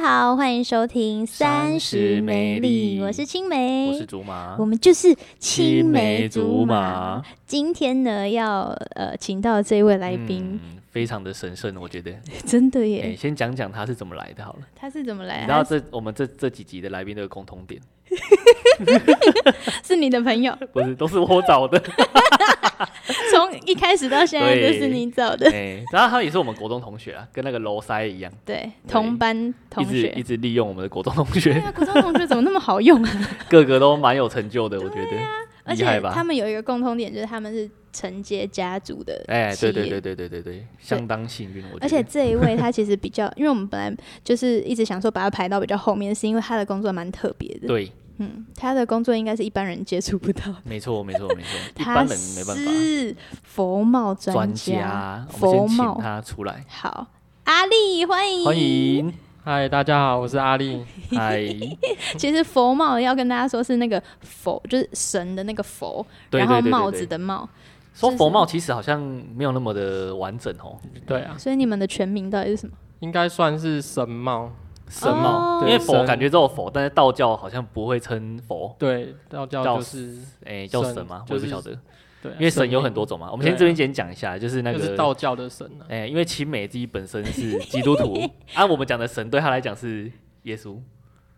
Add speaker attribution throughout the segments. Speaker 1: 喽，欢迎收听《
Speaker 2: 三十美丽
Speaker 1: 我是青梅，
Speaker 2: 我是竹马
Speaker 1: 我，们就是青
Speaker 2: 青
Speaker 1: 梅
Speaker 2: 梅
Speaker 1: 竹
Speaker 2: 竹
Speaker 1: 马
Speaker 2: 马。，
Speaker 1: 今天呢，要呃，请到这位来宾，
Speaker 2: 嗯，非常的神圣，我觉得。
Speaker 1: 真的
Speaker 2: 哎、
Speaker 1: 耶，
Speaker 2: 先讲讲他是怎么来的好了。
Speaker 1: 他是怎么来
Speaker 2: 哎你
Speaker 1: 啊？
Speaker 2: 知道这我们这这几集的来宾都有共同点，
Speaker 1: 他 是你的朋 友，
Speaker 2: 不是都是我找 的。
Speaker 1: 从一开始到现在都是
Speaker 2: 对
Speaker 1: 你找的，
Speaker 2: 哎、然后他也是我们国中同学啊，跟那个楼塞一样，
Speaker 1: 对，
Speaker 2: 对
Speaker 1: 同班同
Speaker 2: 一直一
Speaker 1: 学。
Speaker 2: 直利用我们的国中同
Speaker 1: 对
Speaker 2: 学，
Speaker 1: 啊，国中同学怎么那么好用啊？
Speaker 2: 个个都蛮有成就的，我觉得。
Speaker 1: 而
Speaker 2: 厉害
Speaker 1: 且
Speaker 2: 吧
Speaker 1: 他们有一个共通点，就是他们是承接家族的
Speaker 2: 哎、
Speaker 1: 企业。
Speaker 2: 对对对对对对对，相当幸运，我觉得。
Speaker 1: 而且这一位他其实比较，因为我们本来就是一直想说把他排到比较后面，是因为他的工作蛮特别的。
Speaker 2: 对，
Speaker 1: 嗯，他的工作应该是一般人接触不到的。
Speaker 2: 没错没错没错，一
Speaker 1: 他
Speaker 2: 般人没办法。
Speaker 1: 是佛帽专
Speaker 2: 专家，
Speaker 1: 佛
Speaker 2: 我们先请
Speaker 1: 帽
Speaker 2: 他出来，
Speaker 1: 好，阿力欢迎
Speaker 2: 欢。 迎。
Speaker 3: 嗨，大家好，我是阿力。
Speaker 2: 嗨，
Speaker 1: 其实佛帽要跟大家说是那个佛，就是神的那个佛，
Speaker 2: 对
Speaker 1: 然后
Speaker 2: 对对对
Speaker 1: 帽
Speaker 2: 对
Speaker 1: 子的帽。
Speaker 2: 说
Speaker 1: 就是
Speaker 2: 佛帽其实好像没有那么的完整哦，
Speaker 3: 对啊，
Speaker 1: 所以你们的全名到底是什么？
Speaker 3: 应该算是神帽。
Speaker 2: 神
Speaker 1: 哦
Speaker 2: 帽，因为佛
Speaker 3: 神
Speaker 2: 感觉只有佛，但是道教好像不会称佛，
Speaker 3: 对，道教就是
Speaker 2: 哎，叫
Speaker 3: 神
Speaker 2: 神吗？我
Speaker 3: 就
Speaker 2: 也
Speaker 3: 是
Speaker 2: 不晓得，
Speaker 3: 对啊、
Speaker 2: 因为神有
Speaker 3: 明
Speaker 2: 很多，种嘛。我们先
Speaker 3: 对啊
Speaker 2: 这边先讲一下，就是那
Speaker 3: 就是
Speaker 2: 个，
Speaker 3: 道教的神啊。
Speaker 2: 哎，因为秦美自己本身是基 督徒，按我们讲的神对他来讲是耶稣，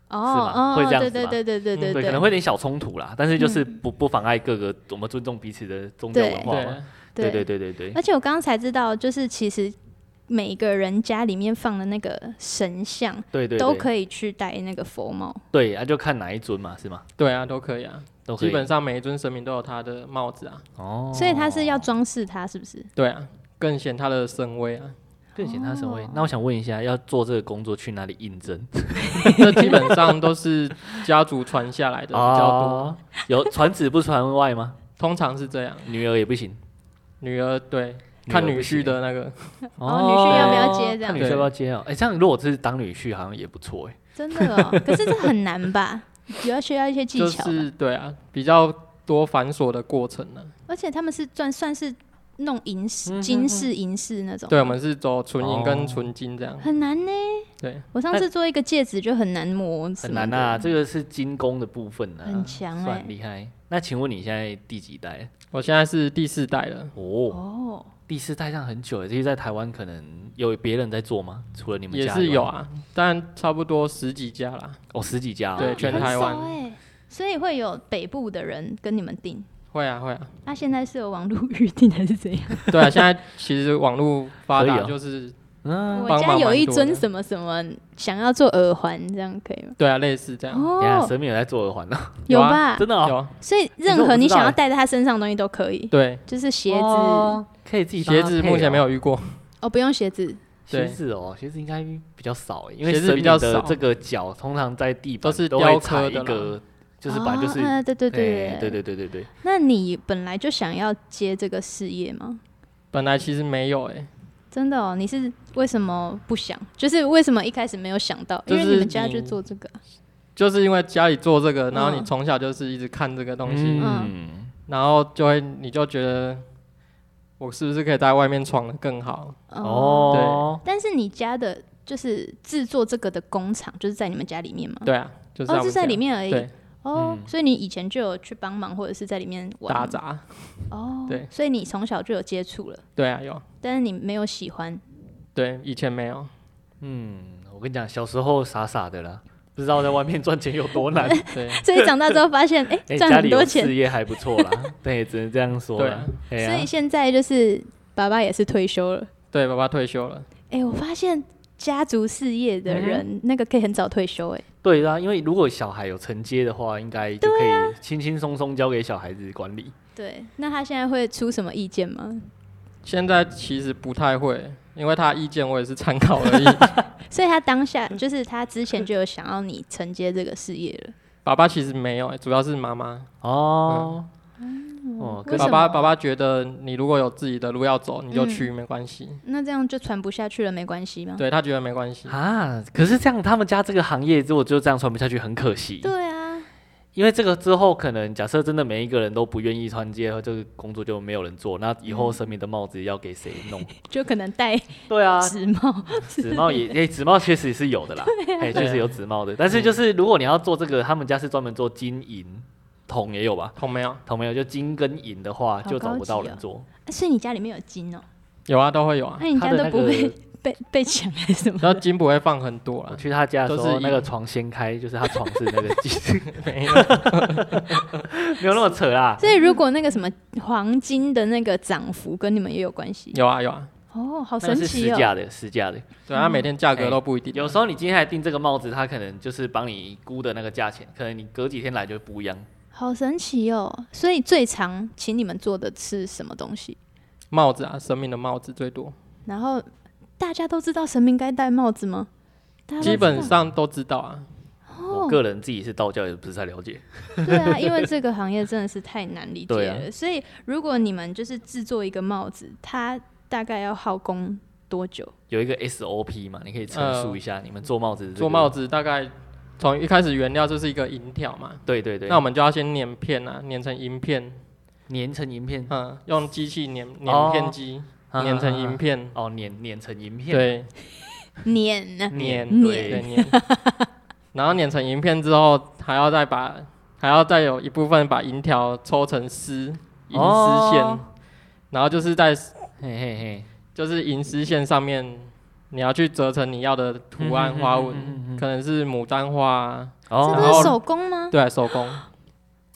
Speaker 1: 哦
Speaker 2: 吗会这样
Speaker 1: 对
Speaker 2: 子
Speaker 1: 对
Speaker 2: 吗
Speaker 1: 对对对对嗯
Speaker 2: 对，可能会有点小冲突啦，但是就是不不妨碍各个我们尊重彼此的宗教文化嘛。
Speaker 3: 对，
Speaker 2: 对
Speaker 3: 啊
Speaker 2: 对对对对，
Speaker 1: 而且我刚刚才知道，就是其实每个人家里面放的那个神像
Speaker 2: 对对
Speaker 1: 都
Speaker 2: 对
Speaker 1: 可以去戴那个佛帽。
Speaker 2: 对，啊那就看哪一尊嘛，是吗？
Speaker 3: 对啊，都可以啊。
Speaker 2: 都可以
Speaker 3: 基本上每一尊神明都有他的帽子啊。
Speaker 2: 哦，
Speaker 1: 所以他是要装饰它，是不是？
Speaker 3: 对啊，更显他的神威 啊。
Speaker 2: 更显他神
Speaker 1: 哦
Speaker 2: 威。那我想问一下，要做这个工作去哪里应征？
Speaker 3: 这基本上都是家族传下来的比较多，
Speaker 2: 哦，有传子不传外 吗？
Speaker 3: 通常是这样。
Speaker 2: 女儿也不行，
Speaker 3: 女儿对，看女婿的那个，
Speaker 1: 哦女婿要不要接这样
Speaker 2: 看女婿要不要接哦？哎，这样如果是当女婿，好像也不错哎。
Speaker 1: 真的 哦，可是这很难吧？也要需要一些技
Speaker 3: 就
Speaker 1: 巧吧。
Speaker 3: 是对啊，比较多繁琐的过程啊呢、
Speaker 1: 而且他们是算算是弄银饰、
Speaker 2: 嗯
Speaker 1: 金饰、银饰那种，
Speaker 3: 对，我们是走纯银
Speaker 2: 哦
Speaker 3: 跟纯金这样。
Speaker 1: 很难呢。
Speaker 3: 对，
Speaker 1: 我上次做一个戒指就很难磨，
Speaker 2: 很难啊，，这个是精工的部分啊，
Speaker 1: 很强哎
Speaker 2: 算厉害。那请问你现在第几代？
Speaker 3: 我现在是第四代了。
Speaker 2: 哦，
Speaker 1: 哦，
Speaker 2: 第四代这样很久了，这些在台湾可能有别人在做吗？除了你们
Speaker 3: 也
Speaker 2: 家
Speaker 3: 是
Speaker 2: 以外
Speaker 3: 有啊，但差不多十几家啦，
Speaker 2: 哦，十几家哦
Speaker 3: 对全
Speaker 1: 很
Speaker 3: 台湾
Speaker 1: 少哎，所以会有北部的人跟你们订。
Speaker 3: 会啊会啊，
Speaker 1: 那、现在是有网络预定还是怎样？
Speaker 3: 对啊，现在其实网络发
Speaker 2: 可
Speaker 3: 达
Speaker 2: 以哦
Speaker 3: 就是、
Speaker 2: 嗯，
Speaker 1: 我
Speaker 3: 帮
Speaker 1: 家
Speaker 3: 忙
Speaker 1: 有
Speaker 3: 蛮
Speaker 1: 一
Speaker 3: 多
Speaker 1: 尊
Speaker 3: 的
Speaker 1: 什么什么，想要做耳环，这样可以吗？
Speaker 3: 对啊，类似这样，
Speaker 2: 等一下
Speaker 1: 哦，
Speaker 2: 神明有在做耳环呢，
Speaker 1: 有
Speaker 3: 有啊
Speaker 1: 吧？
Speaker 2: 真的哦
Speaker 3: 有啊
Speaker 1: 所以
Speaker 2: 这
Speaker 1: 任
Speaker 2: 我
Speaker 1: 何
Speaker 2: 不
Speaker 1: 你
Speaker 2: 知道
Speaker 1: 想要
Speaker 2: 欸
Speaker 1: 带在他身上的东西都可以，
Speaker 3: 对，
Speaker 1: 就是鞋子哦
Speaker 2: 哦可以自己帮
Speaker 3: 鞋
Speaker 2: 他
Speaker 3: 子
Speaker 2: 配
Speaker 3: 目前
Speaker 2: 哦
Speaker 3: 没有遇过，
Speaker 1: 不用鞋子，
Speaker 2: 鞋
Speaker 3: 对
Speaker 2: 子哦，鞋子应该比较少欸，因为
Speaker 3: 鞋子
Speaker 2: 神
Speaker 3: 比较
Speaker 2: 明的
Speaker 3: 少
Speaker 2: 这个脚通常在地板
Speaker 3: 都是
Speaker 2: 都会
Speaker 3: 雕
Speaker 2: 踩
Speaker 3: 刻
Speaker 2: 一
Speaker 3: 的啦
Speaker 2: 个，就是本来就是
Speaker 1: 啊、对对对、
Speaker 2: 哎对对对对对，
Speaker 1: 那你本来就想要接这个事业吗？
Speaker 3: 本来其实没有哎、
Speaker 1: 真的哦，你是为什么不想？就是为什么一开始没有想到？
Speaker 3: 就
Speaker 1: 因为你
Speaker 3: 是
Speaker 1: 们家就
Speaker 3: 你
Speaker 1: 做这个啊，
Speaker 3: 就是因为家里做这个，然后
Speaker 1: 嗯
Speaker 3: 你从小就是一直看这个东西，
Speaker 2: 嗯，
Speaker 3: 然后就会你就觉得我是不是可以在外面闯的更好？
Speaker 2: 哦，
Speaker 1: 但是你家的就是制作这个的工厂，就是在你们家里面吗？
Speaker 3: 对啊，就是
Speaker 1: 哦，
Speaker 3: 我
Speaker 1: 就
Speaker 3: 们
Speaker 1: 在
Speaker 3: 家
Speaker 1: 里面而已
Speaker 3: 对。
Speaker 1: 哦，
Speaker 2: 嗯
Speaker 1: 所以你以前就有去帮忙，或者是在里面玩
Speaker 3: 打
Speaker 1: 吗
Speaker 3: 杂，
Speaker 1: 哦，
Speaker 3: 对
Speaker 1: 所以你从小就有接触了，
Speaker 3: 对啊有，
Speaker 1: 但是你没有喜 欢，
Speaker 3: 对以前没有，
Speaker 2: 嗯，我跟你讲，小时候傻傻的啦，不知道在外面赚钱有多难，
Speaker 3: 对
Speaker 1: 所以长大之后发现，哎、
Speaker 2: 哎，
Speaker 1: 赚
Speaker 2: 家
Speaker 1: 很
Speaker 2: 里
Speaker 1: 多
Speaker 2: 有
Speaker 1: 钱
Speaker 2: 事，业还不错啦，对，只能这样说
Speaker 3: 对
Speaker 2: 啦
Speaker 3: 啊，
Speaker 2: 哎
Speaker 1: 所以
Speaker 2: 呀，
Speaker 1: 现在就是爸爸也是退休了。
Speaker 3: 对，爸爸退休了，
Speaker 1: 哎、我发现家族事业的
Speaker 3: 嗯
Speaker 1: 人、那个可以很早退休、哎，
Speaker 2: 对啊，因为如果小孩有承接的话，应该就可以轻轻松松交给小孩子管理，
Speaker 1: 对，那他现在会出什么意见吗？
Speaker 3: 现在其实不太会，因为他的意见我也是参考 而已。
Speaker 1: 所以他当下就是他之前就有想要你承接这个事业了。
Speaker 3: 爸爸其实没有、主要是妈妈。
Speaker 2: 哦，哦，
Speaker 1: 为
Speaker 2: 跟
Speaker 1: 什
Speaker 3: 爸
Speaker 1: 么
Speaker 3: 爸爸爸觉得你如果有自己的路要走，你就
Speaker 1: 嗯
Speaker 3: 去、没关系。
Speaker 1: 那这样就传不下去了，没关系吗？
Speaker 3: 对他觉得没关系，
Speaker 2: 啊，可是这样他们家这个行业如果就这样传不下去，很可惜。
Speaker 1: 对啊，
Speaker 2: 因为这个之后，可能假设真的每一个人都不愿意穿街，这个工作就没有人做。那以后神明的帽子要给谁弄？
Speaker 1: 就可能戴
Speaker 2: 对啊，
Speaker 1: 纸帽，
Speaker 2: 纸 帽也诶，纸帽确实是有的啦，哎，确实有纸帽的。但是就是如果你要做这个，他们家是专门做金银铜也有吧？
Speaker 3: 同没有？
Speaker 2: 铜没有，就金跟银的话
Speaker 1: 好
Speaker 2: 就找
Speaker 1: 高
Speaker 2: 不到
Speaker 1: 级
Speaker 2: 人
Speaker 1: 哦
Speaker 2: 做。
Speaker 1: 啊所以你家里面有金哦，
Speaker 3: 有啊，都会 有啊。
Speaker 1: 那你
Speaker 2: 他
Speaker 1: 家
Speaker 2: 的
Speaker 1: 都
Speaker 2: 那
Speaker 1: 不会
Speaker 2: 个
Speaker 1: 被被抢还是什 么？
Speaker 3: 然后金不会放很多
Speaker 2: 我
Speaker 3: 啦，
Speaker 2: 去他家的时
Speaker 3: 都
Speaker 2: 候，
Speaker 3: 是
Speaker 2: 那个
Speaker 3: 银
Speaker 2: 床掀开，就是他床是那个 金，
Speaker 3: 没有。
Speaker 2: 没有那么扯啦。
Speaker 1: 所以如果那个什么黄金的那个涨幅跟你们也有关系
Speaker 3: 有啊有啊，
Speaker 1: 哦，好
Speaker 2: 那个
Speaker 1: 神
Speaker 2: 是
Speaker 1: 奇
Speaker 2: 实
Speaker 1: 哦。
Speaker 2: 价的，实价的。
Speaker 3: 对啊，
Speaker 1: 嗯
Speaker 3: 它每天价格都不一定。
Speaker 1: 哎
Speaker 2: 有时候你今天还订这个帽子，他可能就是帮你估的那个价钱，可能你隔几天来就不一样。
Speaker 1: 好神奇哦！所以最常请你们做的是什么东西？
Speaker 3: 帽子啊，神明的帽子最多，
Speaker 1: 然后大家都知道神明该戴帽子吗？大家都
Speaker 3: 基本
Speaker 1: 知道
Speaker 3: 上都知道啊。
Speaker 1: 哦
Speaker 2: 我个人自己是道教，也不是太了解。
Speaker 1: 对啊，因为这个行业真的是太难理解
Speaker 2: 对啊
Speaker 1: 了。所以如果你们就是制作一个帽子，它大概要耗工多 久？
Speaker 2: 有一个 SOP 嘛，你可以陈述一下你们做帽子、
Speaker 3: 呃做帽。子大概从一开始原料就是一个银条嘛，
Speaker 2: 对对对，
Speaker 3: 那我们就要先粘片啊，粘成银片，
Speaker 2: 粘成银 片，
Speaker 3: 嗯，用机器粘
Speaker 2: 哦
Speaker 3: 粘片机，
Speaker 2: 啊
Speaker 3: 粘成银片，
Speaker 2: 哦，粘粘成银片，
Speaker 3: 对，
Speaker 1: 碾呢？
Speaker 2: 粘，
Speaker 1: 粘
Speaker 3: 对，
Speaker 2: 对，
Speaker 3: 粘。 然后粘成银片之后，还要再把还要再有一部分把银条抽成丝，银丝线
Speaker 2: 哦，
Speaker 3: 然后就是在
Speaker 2: 嘿嘿嘿，
Speaker 3: 就是银丝线上面，你要去折成你要的图案花纹，
Speaker 2: 嗯嗯嗯嗯嗯
Speaker 3: 可能是牡丹花、啊，
Speaker 1: 这
Speaker 2: 哦，
Speaker 1: 不是手工吗？
Speaker 3: 对啊，手工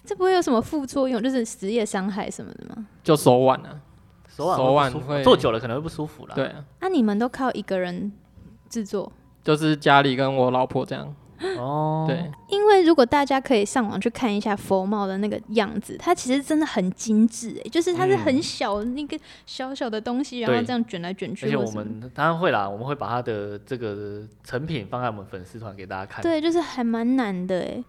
Speaker 1: 这不会有什么副作用，就是职业伤害什么的吗？
Speaker 3: 就手腕啊，
Speaker 2: 手腕
Speaker 3: 手腕
Speaker 2: 不舒服
Speaker 3: 会
Speaker 2: 坐久了可能会不舒服啦。
Speaker 3: 对，啊，
Speaker 1: 啊，你们都靠一个人制作，
Speaker 3: 就是家里跟我老婆这样，
Speaker 2: 哦，
Speaker 3: 对，
Speaker 1: 因为如果大家可以上网去看一下佛帽的那个样子，它其实真的很精致、诶，就是它是很小那个小小的东西，然后
Speaker 2: 对
Speaker 1: 这样卷来卷
Speaker 2: 而
Speaker 1: 去
Speaker 2: 且
Speaker 1: 或
Speaker 2: 我
Speaker 1: 什么的，
Speaker 2: 们当然会啦，我们会把它的这个成品放在我们粉丝团给大家看。，
Speaker 1: 对，就是还蛮难的、欸诶。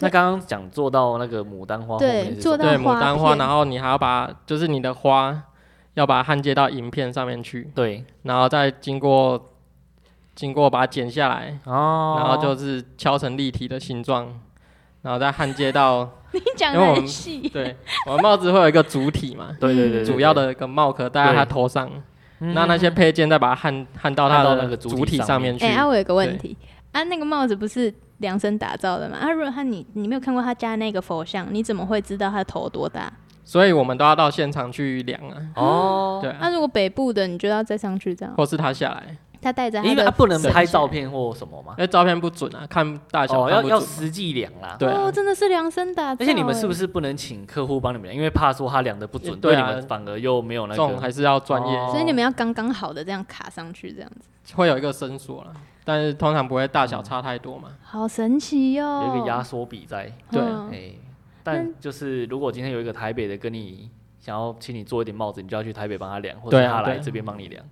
Speaker 2: 那刚刚讲做到那个牡丹花后面
Speaker 1: 对
Speaker 2: 是
Speaker 1: 做
Speaker 2: 什么
Speaker 1: 到
Speaker 3: 对，牡
Speaker 1: 花
Speaker 3: 丹花，
Speaker 1: 片
Speaker 3: 然后你还要把就是你的花要把它焊接到银片上面去，
Speaker 2: 对
Speaker 3: 然后再经过经过把它剪下来，
Speaker 2: 哦，
Speaker 3: 然后就是敲成立体的形状，然后再焊接到，
Speaker 1: 你讲
Speaker 3: 因为
Speaker 1: 的
Speaker 3: 我们
Speaker 1: 很细，
Speaker 3: 对，我的帽子会有一个主体嘛，
Speaker 2: 对对对对，对
Speaker 3: 主要的一个帽壳戴在它头上。
Speaker 2: 嗯
Speaker 3: 那那些配件再把它焊焊到它
Speaker 2: 焊到那
Speaker 3: 的
Speaker 2: 个
Speaker 3: 主
Speaker 2: 主
Speaker 3: 体
Speaker 2: 体
Speaker 3: 上
Speaker 2: 上
Speaker 3: 面
Speaker 2: 面
Speaker 3: 去。
Speaker 1: 哎、啊，我有个问题，啊，那个帽子不是量身打造的吗？啊，如果他你你没有看过他家那个佛像，你怎么会知道他头多大？
Speaker 3: 所以我们都要到现场去量啊，
Speaker 2: 哦，
Speaker 3: 对
Speaker 1: 那、
Speaker 3: 啊，
Speaker 1: 如果北部的，你就要再上去这样。
Speaker 3: 或是它下来，
Speaker 1: 他带着他
Speaker 2: 因为
Speaker 1: 的
Speaker 2: 它不能
Speaker 1: 绳
Speaker 2: 拍
Speaker 1: 子
Speaker 2: 照片或什么嘛
Speaker 3: 因，为照片不准啊，看大小
Speaker 2: 哦，
Speaker 3: 看
Speaker 2: 要
Speaker 3: 不
Speaker 2: 要
Speaker 3: 准。
Speaker 2: 实际量啦。
Speaker 3: 对啊
Speaker 1: 哦，真的是量身打造。
Speaker 2: 而且你们是不
Speaker 1: 是？
Speaker 2: 是不能请客户帮你们量？因为怕说他量的不准，
Speaker 3: 对
Speaker 2: 对你
Speaker 3: 啊
Speaker 2: 们反而又没有那
Speaker 3: 这种
Speaker 2: 个。
Speaker 3: 还是要专业，
Speaker 2: 哦
Speaker 1: 所以你们要刚刚好的这样卡上去，这样子，
Speaker 3: 会有一个伸缩啦，但是通常不会大小差太多嘛。
Speaker 1: 好神奇哦哟、
Speaker 2: 有一个压缩比在，
Speaker 3: 对
Speaker 2: 哎、
Speaker 1: 嗯
Speaker 2: 但就是如果今天有一个台北的跟你想要请你做一顶帽子，你就要去台北帮他量，或
Speaker 3: 对
Speaker 2: 者
Speaker 3: 啊
Speaker 2: 他来
Speaker 3: 对
Speaker 2: 这边帮你量。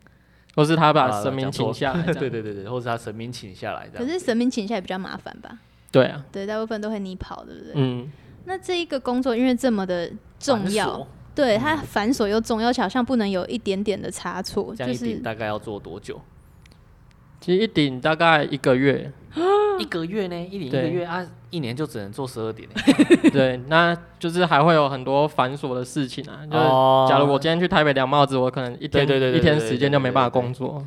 Speaker 3: 或是他把
Speaker 2: 啊
Speaker 3: 神明
Speaker 2: 讲错
Speaker 3: 请下来，这 样
Speaker 2: 对对对对，或者他神明请下来这
Speaker 1: 可
Speaker 2: 样。
Speaker 1: 是神明请下来比较麻烦吧？
Speaker 3: 对啊，
Speaker 1: 对，大部分都会你跑，对不对？
Speaker 3: 嗯，
Speaker 1: 那这一个工作因为这么的重
Speaker 2: 繁
Speaker 1: 要
Speaker 2: 琐，，
Speaker 1: 对它繁琐又重要，而且好像不能有一点点的差错，
Speaker 2: 这样
Speaker 1: 就
Speaker 2: 一顶
Speaker 1: 是
Speaker 2: 大概要做多久？
Speaker 3: 其实一顶大概一 个月，
Speaker 2: 一个月呢？一顶一个
Speaker 3: 对
Speaker 2: 月啊，一年就只能做十二顶 欸。
Speaker 3: 对，那就是还会有很多繁琐的事情啊，就是
Speaker 2: 哦
Speaker 3: 假如我今天去台北量帽子，我可能一
Speaker 2: 对
Speaker 3: 天
Speaker 2: 对对对
Speaker 3: 一天时间就没办法工作，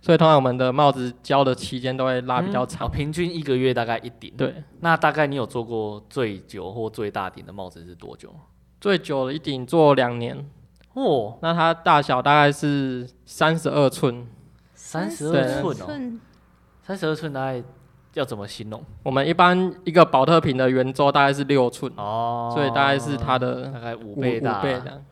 Speaker 3: 所以通常我们的帽子交的期间都会拉比较
Speaker 2: 哦
Speaker 3: 长。
Speaker 2: 平均一个月大概一顶。
Speaker 3: 对，
Speaker 2: 那大概你有做过最久或最大顶的帽子是多久？
Speaker 3: 最久的一顶做两年，
Speaker 2: 哦，
Speaker 3: 那它大小大概是三十二寸，
Speaker 2: 32
Speaker 1: 32
Speaker 2: 寸哦三十二寸大概要怎么形容？
Speaker 3: 我们一般一个保特瓶的圆周大概是六寸，
Speaker 2: 哦
Speaker 3: 所以大概是它的
Speaker 2: 大概五
Speaker 3: 五
Speaker 2: 倍大，
Speaker 3: 五倍这样。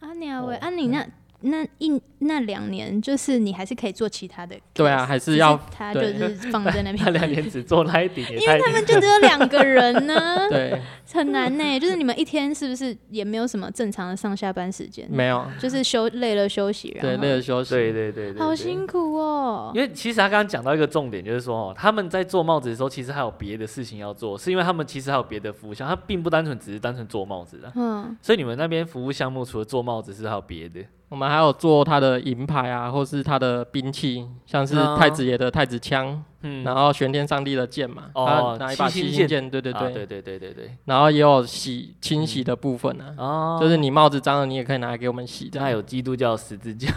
Speaker 1: 啊你啊
Speaker 2: 哦
Speaker 1: 喂，啊你那那一那两年，就是你还是可以做其他的 case，
Speaker 3: 对啊，还是要
Speaker 1: 只是他就
Speaker 3: 对
Speaker 1: 是放嗯在那边，
Speaker 2: 他两年只做那一顶，也太
Speaker 1: 他们就只有两个人呢、
Speaker 3: 对，
Speaker 1: 很难呢、就是你们一天是不是也没有什么正常的上下班时间？
Speaker 3: 没有，
Speaker 1: 就是休累了休息，然
Speaker 3: 对，
Speaker 1: 后
Speaker 3: 累了休息。
Speaker 2: 对对对对，
Speaker 1: 好
Speaker 2: 对
Speaker 1: 辛苦哦、
Speaker 2: 因为其实他刚刚讲到一个重点，就是说哦，他们在做帽子的时候，其实还有别的事情要做，是因为他们其实还有别的服务项，他并不单纯只是单纯做帽子的。
Speaker 1: 嗯，
Speaker 2: 所以你们那边服务项目除了做帽子，是不是还有别的？
Speaker 3: 我们还有做它的银牌啊，或是它的兵器，像是
Speaker 2: 嗯
Speaker 3: 太子爷的太子枪，
Speaker 2: 嗯
Speaker 3: 然后玄天上帝的剑嘛，
Speaker 2: 哦
Speaker 3: 他拿一把
Speaker 2: 七
Speaker 3: 七
Speaker 2: 星
Speaker 3: 星
Speaker 2: 剑
Speaker 3: 剑，对对
Speaker 2: 啊
Speaker 3: 对，
Speaker 2: 对对对对对，
Speaker 3: 然后也有洗清洗的部分啊，
Speaker 2: 哦，
Speaker 3: 就是你帽子脏了，你也可以拿来给我们洗这
Speaker 2: 那
Speaker 3: 样。
Speaker 2: 有基督教十字架，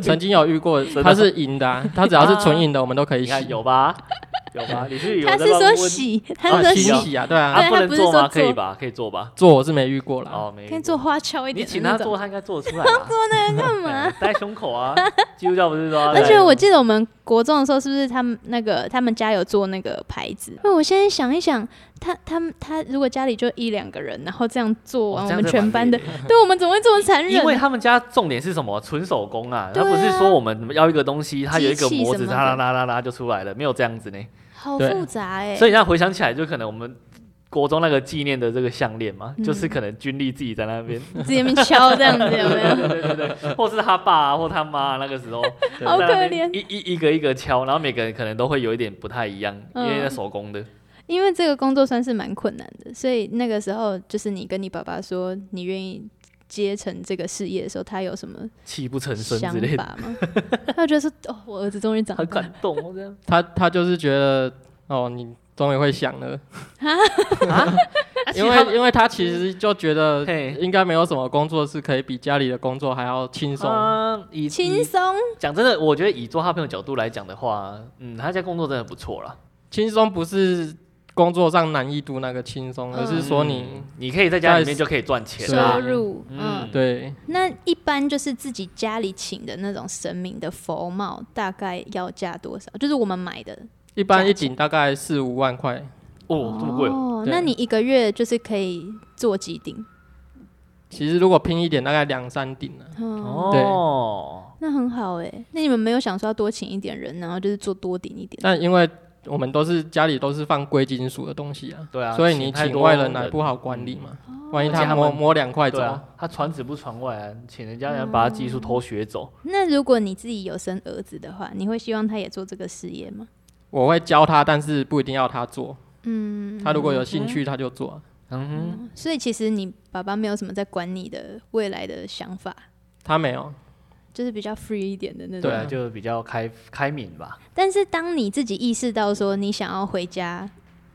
Speaker 3: 曾经有遇过，
Speaker 2: 的
Speaker 3: 它是银 的、啊，它只要是纯银的，我们都可以
Speaker 2: 你 看
Speaker 3: 洗。
Speaker 2: 有吧？有 吧？你是有
Speaker 1: 他
Speaker 2: 在
Speaker 1: 是
Speaker 2: 乱
Speaker 1: 说
Speaker 2: 问
Speaker 1: 洗，他
Speaker 3: 啊，
Speaker 1: 是说
Speaker 3: 清
Speaker 1: 洗，
Speaker 3: 洗啊，对啊，
Speaker 2: 啊，
Speaker 1: 对
Speaker 2: 不
Speaker 1: 他
Speaker 2: 能
Speaker 1: 不是
Speaker 2: 做吗？
Speaker 1: 说
Speaker 2: 可以
Speaker 1: 做
Speaker 2: 吧？可以做吧？
Speaker 3: 做我是没遇过啦。
Speaker 2: 哦，没
Speaker 1: 可以做花俏一
Speaker 2: 你
Speaker 1: 点
Speaker 2: 请
Speaker 1: 的
Speaker 2: 他
Speaker 1: 那种。
Speaker 2: 做，他应该做 得出来啊。做那个干 嘛？戴胸口啊！基督教不是说要戴，
Speaker 1: 而且我记得我们国中的时候，是不是他们那个他们家有做那个牌子？因为我现在想一想，他他们他如果家里就一两个人，然后这样做
Speaker 2: 哦
Speaker 1: 完，
Speaker 2: 这
Speaker 1: 我
Speaker 2: 样
Speaker 1: 们
Speaker 2: 子
Speaker 1: 全
Speaker 2: 蛮
Speaker 1: 班
Speaker 2: 累
Speaker 1: 的，对我们怎么会这么残忍
Speaker 2: 因为
Speaker 1: 呢？
Speaker 2: 他们家重点是什么？纯手工啊，他
Speaker 1: 对啊
Speaker 2: 不是说我们要一个东西，它有一个模
Speaker 1: 机器什
Speaker 2: 子，
Speaker 1: 么的
Speaker 2: 啦啦啦啦啦就出来了，没有这样子呢。
Speaker 1: 好
Speaker 3: 对
Speaker 1: 复杂哎、
Speaker 2: 所以现在回想起来，就可能我们国中那个纪念的这个项链嘛，
Speaker 1: 嗯
Speaker 2: 就是可能军力自己在 那边，
Speaker 1: 自己在那边敲这样子有没有？
Speaker 2: 对对对， 或是他爸啊或他妈啊那个时候
Speaker 3: 对
Speaker 1: 好可
Speaker 2: 在那边
Speaker 1: 怜
Speaker 2: 一一一个一个敲，然后每个人可能都会有一点不太一样，因
Speaker 1: 嗯
Speaker 2: 为那手工的，
Speaker 1: 因为这个工作算是蛮困难的，所以那个时候就是你跟你爸爸说你愿意接承这个事业的时候，他有什么
Speaker 2: 泣不成声
Speaker 1: 想
Speaker 2: 之类 的，
Speaker 1: 法吗？ 他就觉得说哦，我儿子终于长
Speaker 2: 很
Speaker 1: 大了，
Speaker 2: 感动哦，这 样。
Speaker 3: 他他就是觉得，哦，你终于会想了， 因
Speaker 2: 其实他
Speaker 3: 为
Speaker 2: 们
Speaker 3: 因为他其实就觉得
Speaker 2: 啊嘿
Speaker 3: 应该没有什么工作是可以比家里的工作还要轻松。
Speaker 1: 呃
Speaker 2: 嗯，以
Speaker 1: 轻
Speaker 2: 以
Speaker 1: 松。
Speaker 2: 讲真的，我觉得以做他朋友角度来讲的话，嗯，他家工作真的不错啦。
Speaker 3: 轻松不是工作上难易度那个轻松，
Speaker 1: 嗯
Speaker 3: 而是说你
Speaker 2: 你可以在家里面就可以赚钱
Speaker 3: 对啊
Speaker 1: 收
Speaker 2: 啦。
Speaker 1: 入，嗯
Speaker 2: 嗯，
Speaker 3: 对
Speaker 1: 那一般就是自己家里请的那种神明的佛帽，大概要价多少？就是我们买的
Speaker 3: 一般一顶大概四五万块，
Speaker 2: 哦，这么贵哦，
Speaker 1: 哦
Speaker 3: 对
Speaker 1: 那你一个月就是可以做几顶？
Speaker 3: 其实如果拼一点大概两三顶啊。
Speaker 1: 哦，
Speaker 2: 哦，
Speaker 1: 那很好哎、那你们没有想说要多请一点人，然后就是做多顶一点？
Speaker 3: 但因为我们都是家里都是放贵金属的东西啊，
Speaker 2: 对啊，
Speaker 3: 所以你
Speaker 2: 太
Speaker 3: 请
Speaker 2: 多嗯
Speaker 3: 外人来不好管理嘛，
Speaker 1: 嗯
Speaker 3: 万一
Speaker 2: 而且
Speaker 3: 他
Speaker 2: 他
Speaker 3: 摸
Speaker 2: 们
Speaker 3: 摸两块
Speaker 2: 对
Speaker 3: 走，
Speaker 2: 啊，他传子不传外啊，请人家
Speaker 1: 嗯
Speaker 2: 人把他技术偷学走，
Speaker 1: 那如果你自己有生儿子的话，你会希望他也做这个事业吗？
Speaker 3: 我会教他，但是不一定要他做，
Speaker 1: 嗯，
Speaker 3: 他如果有兴趣他就做啊。
Speaker 2: 嗯
Speaker 1: 嗯，所以其实你爸爸没有什么在管你的未来的想法，
Speaker 3: 他没有，
Speaker 1: 就是比较 free 一点的那种
Speaker 2: 哼，对。
Speaker 3: 啊
Speaker 2: 啊，就比较开开明吧。
Speaker 1: 但是当你自己意识到说你想要回家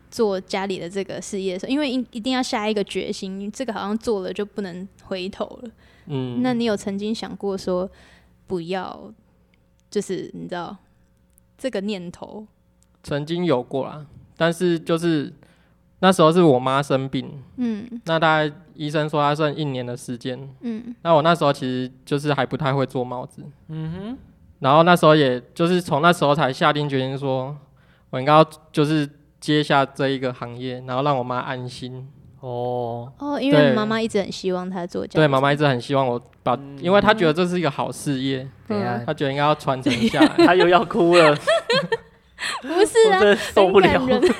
Speaker 1: 做家里的这个事业的时候，因为一一定要下一个决心，这个好像做了就不能回头了。
Speaker 3: 嗯，
Speaker 1: 那你有曾经想过说不要，就是你知道这个念头？
Speaker 3: 曾经有过啦，但是就是那时候是我妈生病，
Speaker 1: 嗯
Speaker 3: 那大概医生说她剩一年的时间，
Speaker 1: 嗯
Speaker 3: 那我那时候其实就是还不太会做帽子，
Speaker 2: 嗯
Speaker 3: 然后那时候也就是从那时候才下定决心说，我应该要就是接下这一个行业，然后让我妈安心。
Speaker 2: 哼，哦，
Speaker 1: 哦，因为
Speaker 3: 对
Speaker 1: 妈妈一直很希望他做家，
Speaker 3: 对，妈妈一直很希望我把，
Speaker 2: 嗯
Speaker 3: 因为她觉得这是一个好事业，
Speaker 1: 嗯
Speaker 2: 等一下
Speaker 3: 她觉得应该要传承下 来。
Speaker 2: 他又要哭 了，
Speaker 1: 不是
Speaker 2: 我
Speaker 1: 啊
Speaker 2: 真，的受不了
Speaker 1: 很。感人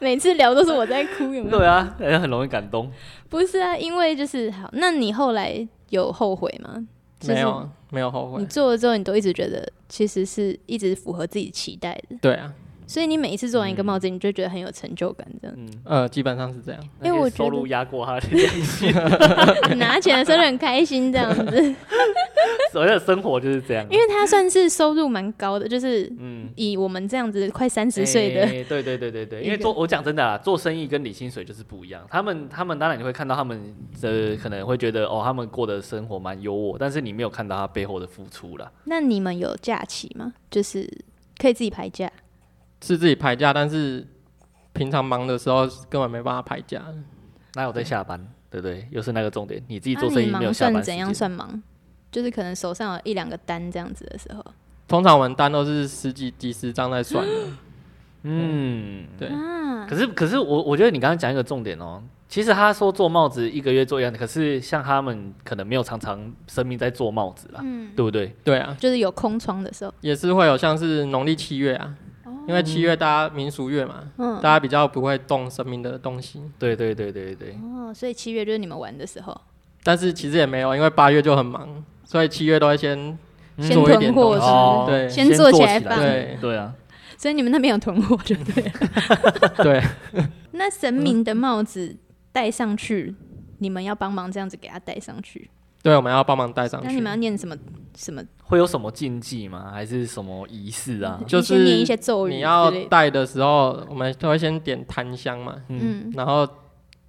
Speaker 1: 每次聊都是我在哭，有没有？
Speaker 2: 对啊，人很容易感动。
Speaker 1: 不是啊，因为就是好，那你后来有后悔吗？ 就是
Speaker 3: 没有，没有后悔
Speaker 1: 你。做了之后，你都一直觉得其实是一直符合自己期待的，
Speaker 3: 对啊，
Speaker 1: 所以你每一次做完一个帽子，你就觉得很有成就感， 这样。
Speaker 2: 嗯，
Speaker 3: 呃，基本上是这样。
Speaker 1: 因为我
Speaker 2: 那些
Speaker 1: 觉得
Speaker 2: 收入压过他的内 心，
Speaker 1: 拿钱的时候就很开心，这样子，
Speaker 2: 所以的生活就是这样。啊
Speaker 1: 因为它算是收入蛮高的，就是
Speaker 2: 嗯，
Speaker 1: 以我们这样子快三十岁的，
Speaker 2: 欸对对对对对，因为
Speaker 1: 一个
Speaker 2: 做我讲真的啊，做生意跟领薪水就是不一样。他们他们当然你会看到他们呃可能会觉得哦，他们过的生活蛮优渥，但是你没有看到他背后的付出啦。
Speaker 1: 那你们有假期吗？就是可以自己排假，
Speaker 3: 是自己排假，但是平常忙的时候根本没办法排假。
Speaker 2: 哪有在下班？对不对？又是那个重点，你自己
Speaker 1: 那
Speaker 2: 做生
Speaker 1: 啊
Speaker 2: 意
Speaker 1: 你
Speaker 2: 没有
Speaker 1: 忙
Speaker 2: 下
Speaker 1: 算
Speaker 2: 班时
Speaker 1: 怎样
Speaker 2: 间。
Speaker 1: 算忙？就是可能手上有一两个单这样子的时候，
Speaker 3: 通常我们单都是十几、几十张在 算的。
Speaker 2: 嗯，
Speaker 3: 对，
Speaker 1: 啊，
Speaker 2: 可是可是我我觉得你刚刚讲一个重点哦。其实他说做帽子一个月做一样的，可是像他们可能没有常常生命在做帽子啦，
Speaker 1: 嗯，
Speaker 2: 对不对？
Speaker 3: 对啊，
Speaker 1: 就是有空窗的时候，
Speaker 3: 也是会有像是农历七月啊，因为七月大家民俗月嘛，
Speaker 1: 哦嗯
Speaker 3: 大，家比较不会动生命的东西。
Speaker 2: 对对对对对。
Speaker 1: 哦，所以七月就是你们玩的时候，
Speaker 3: 但是其实也没有，因为八月就很忙，所以七月都会先
Speaker 1: 先
Speaker 3: 做一
Speaker 1: 囤
Speaker 3: 点
Speaker 1: 货
Speaker 3: 东
Speaker 1: 是不。
Speaker 3: 西
Speaker 1: 是？
Speaker 2: 哦
Speaker 3: 对
Speaker 1: 先做起来吧
Speaker 3: 对
Speaker 2: 对啊，
Speaker 1: 所以你们那边有囤货，对不对？
Speaker 3: 哦对，
Speaker 1: 那神明的帽子戴上去，你们要帮忙这样子给他戴上去。
Speaker 3: 对，我们要帮忙带上
Speaker 1: 那
Speaker 3: 去
Speaker 1: 你。们要念什么什么？
Speaker 2: 会有什么禁忌吗？还是什么仪式啊？
Speaker 3: 就
Speaker 1: 你先念一
Speaker 3: 是
Speaker 1: 些咒语
Speaker 3: 你要
Speaker 1: 之类的
Speaker 3: 带的时候，我们都会先点檀香嘛，
Speaker 2: 嗯
Speaker 1: 嗯，
Speaker 3: 然后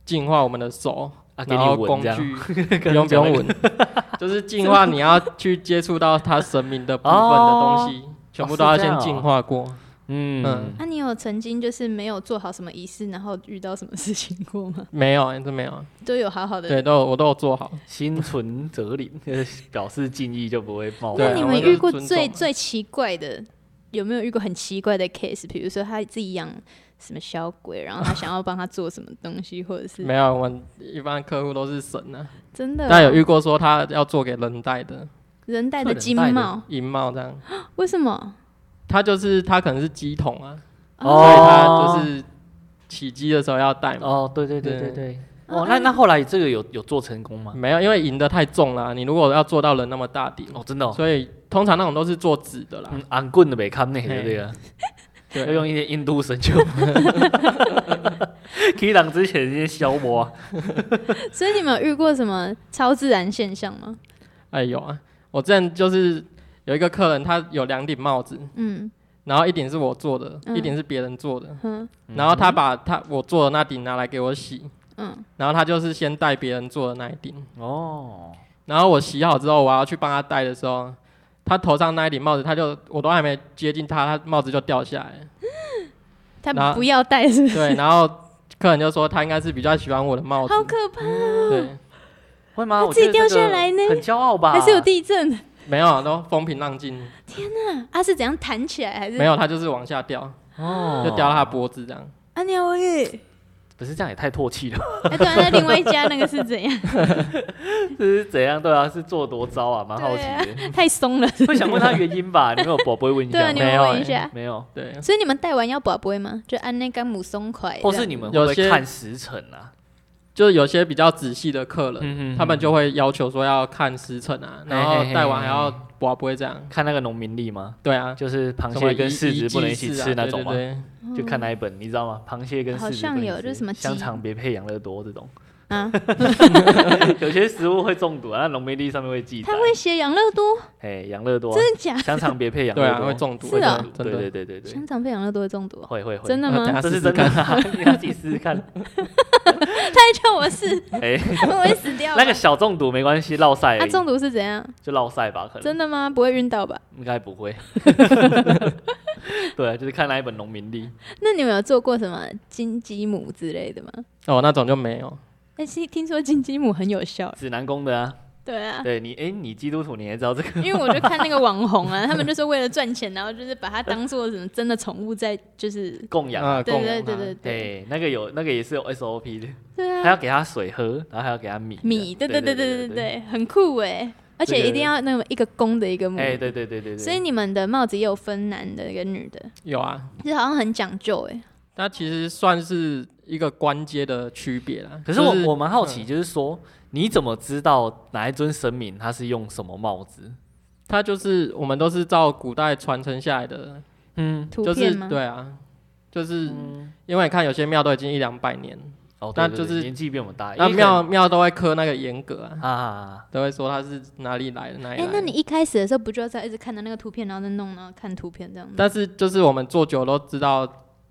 Speaker 3: 净化我们的手，
Speaker 2: 啊，给
Speaker 3: 然
Speaker 2: 你
Speaker 3: 后
Speaker 2: 闻
Speaker 3: 工
Speaker 2: 这样，
Speaker 3: 具 不用不用闻， 就是净化你要去接触到它神明的部分的东西，全部都要
Speaker 2: 是这
Speaker 3: 先
Speaker 2: 样哦
Speaker 3: 净化过。
Speaker 2: 嗯
Speaker 3: 嗯，
Speaker 1: 啊那、你有曾经就是没有做好什么仪式，然后遇到什么事情过吗？
Speaker 3: 没有，欸真没有，
Speaker 1: 都有好好的。
Speaker 3: 对，都有我都有做好。
Speaker 2: 心存则灵，呃 表示敬意就不会啊冒
Speaker 3: 对
Speaker 1: 啊
Speaker 3: 啊
Speaker 1: 那你
Speaker 2: 犯。
Speaker 3: 我
Speaker 1: 们
Speaker 3: 们就
Speaker 1: 遇过
Speaker 3: 尊重
Speaker 1: 最
Speaker 2: 啊
Speaker 3: 嘛
Speaker 1: 最奇怪的，有没有遇过很奇怪的 case？比如说他自己养什么小鬼，然后他想要帮他做什么东西，或者是
Speaker 3: 没有，我们一般客户都是神啊。
Speaker 1: 真的
Speaker 3: 但有遇过说他要做给人戴
Speaker 2: 哦
Speaker 3: 的
Speaker 1: 人戴
Speaker 2: 做
Speaker 1: 的
Speaker 2: 人
Speaker 1: 金
Speaker 2: 戴的
Speaker 1: 帽，
Speaker 3: 银帽这样，
Speaker 1: 为什么？
Speaker 3: 他就是他可能是鸡桶啊，所以
Speaker 2: 哦
Speaker 3: 他就是起鸡的时候要戴嘛。
Speaker 2: 哦，对对对对
Speaker 3: 对
Speaker 2: 对，
Speaker 1: 啊
Speaker 2: 哦，那那后来这个有有做成功吗？
Speaker 3: 没有，因为银的太重了、你如果要做到人那么大顶，
Speaker 2: 哦，真的哦，
Speaker 3: 嗯所以通常那种都是做纸的啦。
Speaker 2: 嗯，昂棍的没看那个
Speaker 3: 嘿
Speaker 2: 对啊，要
Speaker 3: 对，
Speaker 2: 用一些印度 神灸，可以让之前一些消磨啊。
Speaker 1: 所以你们有遇过什么超自然现象吗？
Speaker 3: 哎有啊，我之前就是有一个客人，他有两顶帽子，
Speaker 1: 嗯
Speaker 3: 然后一顶是我做的，
Speaker 1: 嗯
Speaker 3: 一顶是别人做的，
Speaker 1: 哼
Speaker 3: 然后他把他我做的那顶拿来给我洗，
Speaker 1: 嗯，
Speaker 3: 然后他就是先戴别人做的那一顶，
Speaker 2: 哦，
Speaker 3: 然后我洗好之后，我要去帮他戴的时候，他头上那一顶帽子，他就我都还没接近他，他帽子就掉下来了，然
Speaker 1: 他
Speaker 3: 后
Speaker 1: 不要戴是不是？
Speaker 3: 对，然后客人就说他应该是比较喜欢我的帽子，
Speaker 1: 好哦可怕，
Speaker 3: 对，
Speaker 2: 会吗？
Speaker 1: 它
Speaker 2: 我
Speaker 1: 自己
Speaker 2: 觉得这
Speaker 1: 掉下
Speaker 2: 个
Speaker 1: 来呢
Speaker 2: 很骄傲吧？
Speaker 1: 还是有地震？
Speaker 3: 没有，啊都风平浪静，
Speaker 1: 啊，是怎样弹起来还是
Speaker 3: 没？有，他就是往下掉，
Speaker 2: 哦，
Speaker 3: 就掉到他脖子这样。
Speaker 1: 啊，鸟喂！
Speaker 2: 不是这样也太唾弃了，
Speaker 1: 哎，对啊，那另外一家那个是怎 样？
Speaker 2: 这是怎样？对啊，是做多糟啊，蛮好奇的。
Speaker 1: 太松了。
Speaker 2: 会想问他原因吧？你们有宝贝问一
Speaker 1: 啊对啊，
Speaker 2: 下
Speaker 1: 你们
Speaker 2: 吗？
Speaker 3: 没有
Speaker 1: 问一
Speaker 3: 哎
Speaker 1: 下。
Speaker 2: 没有，
Speaker 3: 对，
Speaker 1: 所以你们戴完要保杯吗？就按那个母松快，
Speaker 2: 或是
Speaker 1: 这样
Speaker 2: 你们会不
Speaker 3: 有
Speaker 2: 会
Speaker 3: 些
Speaker 2: 看时辰啊？
Speaker 3: 就是有些比较仔细的客人，
Speaker 2: 嗯嗯嗯
Speaker 3: 他们就会要求说要看时辰啊，
Speaker 2: 嘿嘿嘿
Speaker 3: 然后戴完还要不不会这样。
Speaker 2: 看那个农民历吗？
Speaker 3: 对啊，
Speaker 2: 就是螃
Speaker 3: 什么
Speaker 2: 蟹跟
Speaker 3: 一
Speaker 2: 柿子不能一
Speaker 3: 一
Speaker 2: 起
Speaker 3: 季是啊
Speaker 2: 吃那种吗
Speaker 3: 对？对
Speaker 2: 就看那一本，你知道吗？螃蟹跟柿
Speaker 1: 嗯好
Speaker 2: 子
Speaker 1: 像
Speaker 2: 不能
Speaker 1: 有
Speaker 2: 吃
Speaker 1: 就是什么鸡
Speaker 2: 香肠别配养乐多这种，
Speaker 1: 啊，
Speaker 2: 有些食物会中毒啊，那农民历上面会记载
Speaker 1: 他。会写养乐多，
Speaker 2: 哎，养乐多啊，
Speaker 1: 真的假？
Speaker 2: 香肠别配
Speaker 3: 对
Speaker 2: 养
Speaker 3: 对
Speaker 2: 乐
Speaker 3: 啊，
Speaker 2: 多，
Speaker 3: 会中毒，
Speaker 1: 是啊
Speaker 3: 会中
Speaker 2: 对
Speaker 3: 毒真
Speaker 2: 对
Speaker 3: 的。
Speaker 2: 对对对，
Speaker 1: 香肠配养乐多会中毒哦，
Speaker 2: 会会会，
Speaker 1: 真的
Speaker 3: 那等
Speaker 1: 吗？
Speaker 3: 下
Speaker 2: 这
Speaker 3: 试
Speaker 2: 是
Speaker 3: 试
Speaker 2: 真的
Speaker 3: 看，
Speaker 2: 啊， 你要自己试试看。
Speaker 1: 他还叫我试，
Speaker 2: 哎，
Speaker 1: 我会死掉吧。
Speaker 2: 那个哎小中毒没关系，落晒
Speaker 1: 他啊
Speaker 2: 而已
Speaker 1: 中毒是怎样？
Speaker 2: 就落晒吧，可能
Speaker 1: 真的吗？不会晕倒吧？
Speaker 2: 应该不会。 对，啊就是看那一本农民历，
Speaker 1: 那你们有做过什么金鸡母之类的吗？
Speaker 3: 哦，那种就没有。
Speaker 1: 但是听说金鸡母很有效，
Speaker 2: 指南宫的啊。
Speaker 1: 对啊，
Speaker 2: 对你，哎，你基督徒你也知道这个，
Speaker 1: 因为我就看那个网红啊，他们就是为了赚钱，然后就是把它当做什么真的宠物在，就是
Speaker 2: 供养啊。
Speaker 3: 啊，
Speaker 1: 对
Speaker 3: 供
Speaker 1: 对
Speaker 3: 养
Speaker 1: 对
Speaker 3: 它
Speaker 1: 对对
Speaker 2: 对，那个有那个也是有 SOP 的，
Speaker 1: 对啊
Speaker 2: 还，要给它水喝，然后还要给它米
Speaker 1: 米，对对
Speaker 2: 对
Speaker 1: 对对对对，很酷哎，而且一定要那么一个公的一个母
Speaker 2: 哎，
Speaker 1: 的，
Speaker 2: 对对对对对，
Speaker 1: 嗯所以你们的帽子也有分男的跟女的，
Speaker 3: 有啊。
Speaker 1: 其实好像很讲究哎，
Speaker 3: 那其实算是一个官阶的区别啦。
Speaker 2: 可是我、
Speaker 3: 就
Speaker 2: 我蛮好奇，
Speaker 1: 嗯
Speaker 2: 就是说、你怎么知道哪一尊神明他是用什么帽子？
Speaker 3: 它就是我们都是照古代传承下来的，
Speaker 2: 嗯，
Speaker 1: 图
Speaker 3: 就是
Speaker 1: 片吗？
Speaker 3: 对啊，就是因为你看有些庙都已经一两百年，
Speaker 2: 哦，对
Speaker 3: 那
Speaker 2: 对
Speaker 3: 就
Speaker 2: 对
Speaker 3: 是
Speaker 2: 年纪比我们大，
Speaker 3: 那
Speaker 2: 啊因为可
Speaker 3: 庙庙都会刻那个严格啊
Speaker 2: 能，啊，
Speaker 3: 都会说他是哪里来的哪里
Speaker 1: 哎、
Speaker 3: 来的。
Speaker 1: 那你一开始的时候不就要在一直看着那个图片，然后再弄，然后看图片这样子？
Speaker 3: 但是就是我们做久了都知道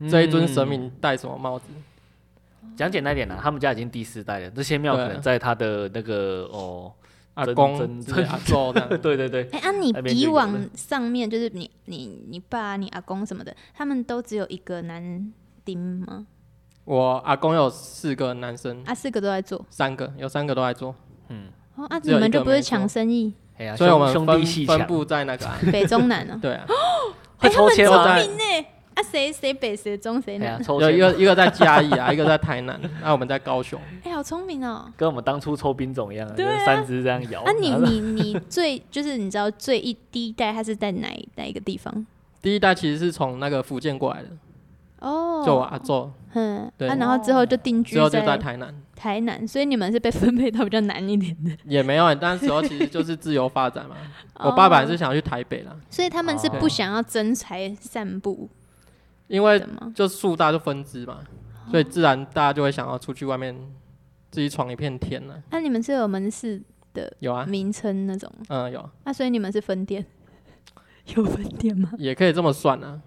Speaker 3: 这一尊神
Speaker 2: 嗯
Speaker 3: 明戴什么帽子，
Speaker 2: 讲简单一点
Speaker 1: 嗯
Speaker 2: 啦、他们家已经第四代了，这些庙
Speaker 3: 对啊
Speaker 2: 可能在他的那个哦，
Speaker 3: 阿
Speaker 2: 真
Speaker 3: 公
Speaker 2: 真
Speaker 3: 之类、
Speaker 2: 真
Speaker 3: 阿寿这样。
Speaker 2: 对对对，
Speaker 1: 哎、啊，你
Speaker 2: 那边就
Speaker 1: 以
Speaker 2: 有了
Speaker 1: 往上面就是你、你、你爸、你阿公什么的，他们都只有一个男丁吗？
Speaker 3: 我阿公有四个男生，
Speaker 1: 啊，四个都在做，
Speaker 3: 三个有三个都在做，
Speaker 1: 哦，啊，
Speaker 3: 只
Speaker 1: 你
Speaker 3: 有一
Speaker 1: 们就
Speaker 3: 个
Speaker 1: 不是
Speaker 3: 没
Speaker 1: 抢
Speaker 3: 做
Speaker 1: 生意，
Speaker 2: 哎呀、
Speaker 3: 所以我
Speaker 2: 兄
Speaker 3: 们
Speaker 2: 兄弟戏
Speaker 3: 分分
Speaker 2: 强
Speaker 3: 布在那 个啊、
Speaker 1: 北中南哦
Speaker 3: 、
Speaker 1: 哎
Speaker 3: 对啊，
Speaker 2: 会抽签
Speaker 3: 我
Speaker 2: 吗？
Speaker 3: 在
Speaker 1: 呢、啊，谁谁北谁中谁
Speaker 2: 哎
Speaker 1: 南
Speaker 2: 呀，？抽
Speaker 3: 有
Speaker 2: 签
Speaker 3: 一
Speaker 2: 吗
Speaker 3: 个一个在嘉义啊，一个在台南，那我们在高雄。
Speaker 1: 哎、好聪明哦！
Speaker 2: 跟我们当初抽兵种一样，就
Speaker 1: 对啊
Speaker 2: 是三只这样摇。
Speaker 1: 啊你，
Speaker 2: 然后
Speaker 1: 你你最就是你知道最一第一代他是在哪一哪一个地方？
Speaker 3: 第一代其实是从那个福建过来的，
Speaker 1: 哦，
Speaker 3: 就我阿昼，
Speaker 1: 嗯，
Speaker 3: 啊对哦
Speaker 1: 啊，然后之后就定居
Speaker 3: 之后就在
Speaker 1: 在
Speaker 3: 台南，
Speaker 1: 台南，所以你们是被分配到比较南一点的。
Speaker 3: 也没有、欸，但那时候其实就是自由发展嘛。我爸 爸
Speaker 1: 哦
Speaker 3: 也是想要去台北啦，
Speaker 1: 所以他们是
Speaker 2: 哦
Speaker 1: 不想要真才散步
Speaker 3: 因
Speaker 2: 呃
Speaker 3: 为
Speaker 1: 的吗？
Speaker 3: 就树大就分支嘛，
Speaker 1: 哦
Speaker 3: 所以自然大家就会想要出去外面自己闯一片天了、啊
Speaker 1: 啊那、你们是有门市的
Speaker 3: 有啊，
Speaker 1: 名称那种。
Speaker 3: 嗯，有，
Speaker 1: 那、所以你们是分店，有分店吗？
Speaker 3: 也可以这么算啊。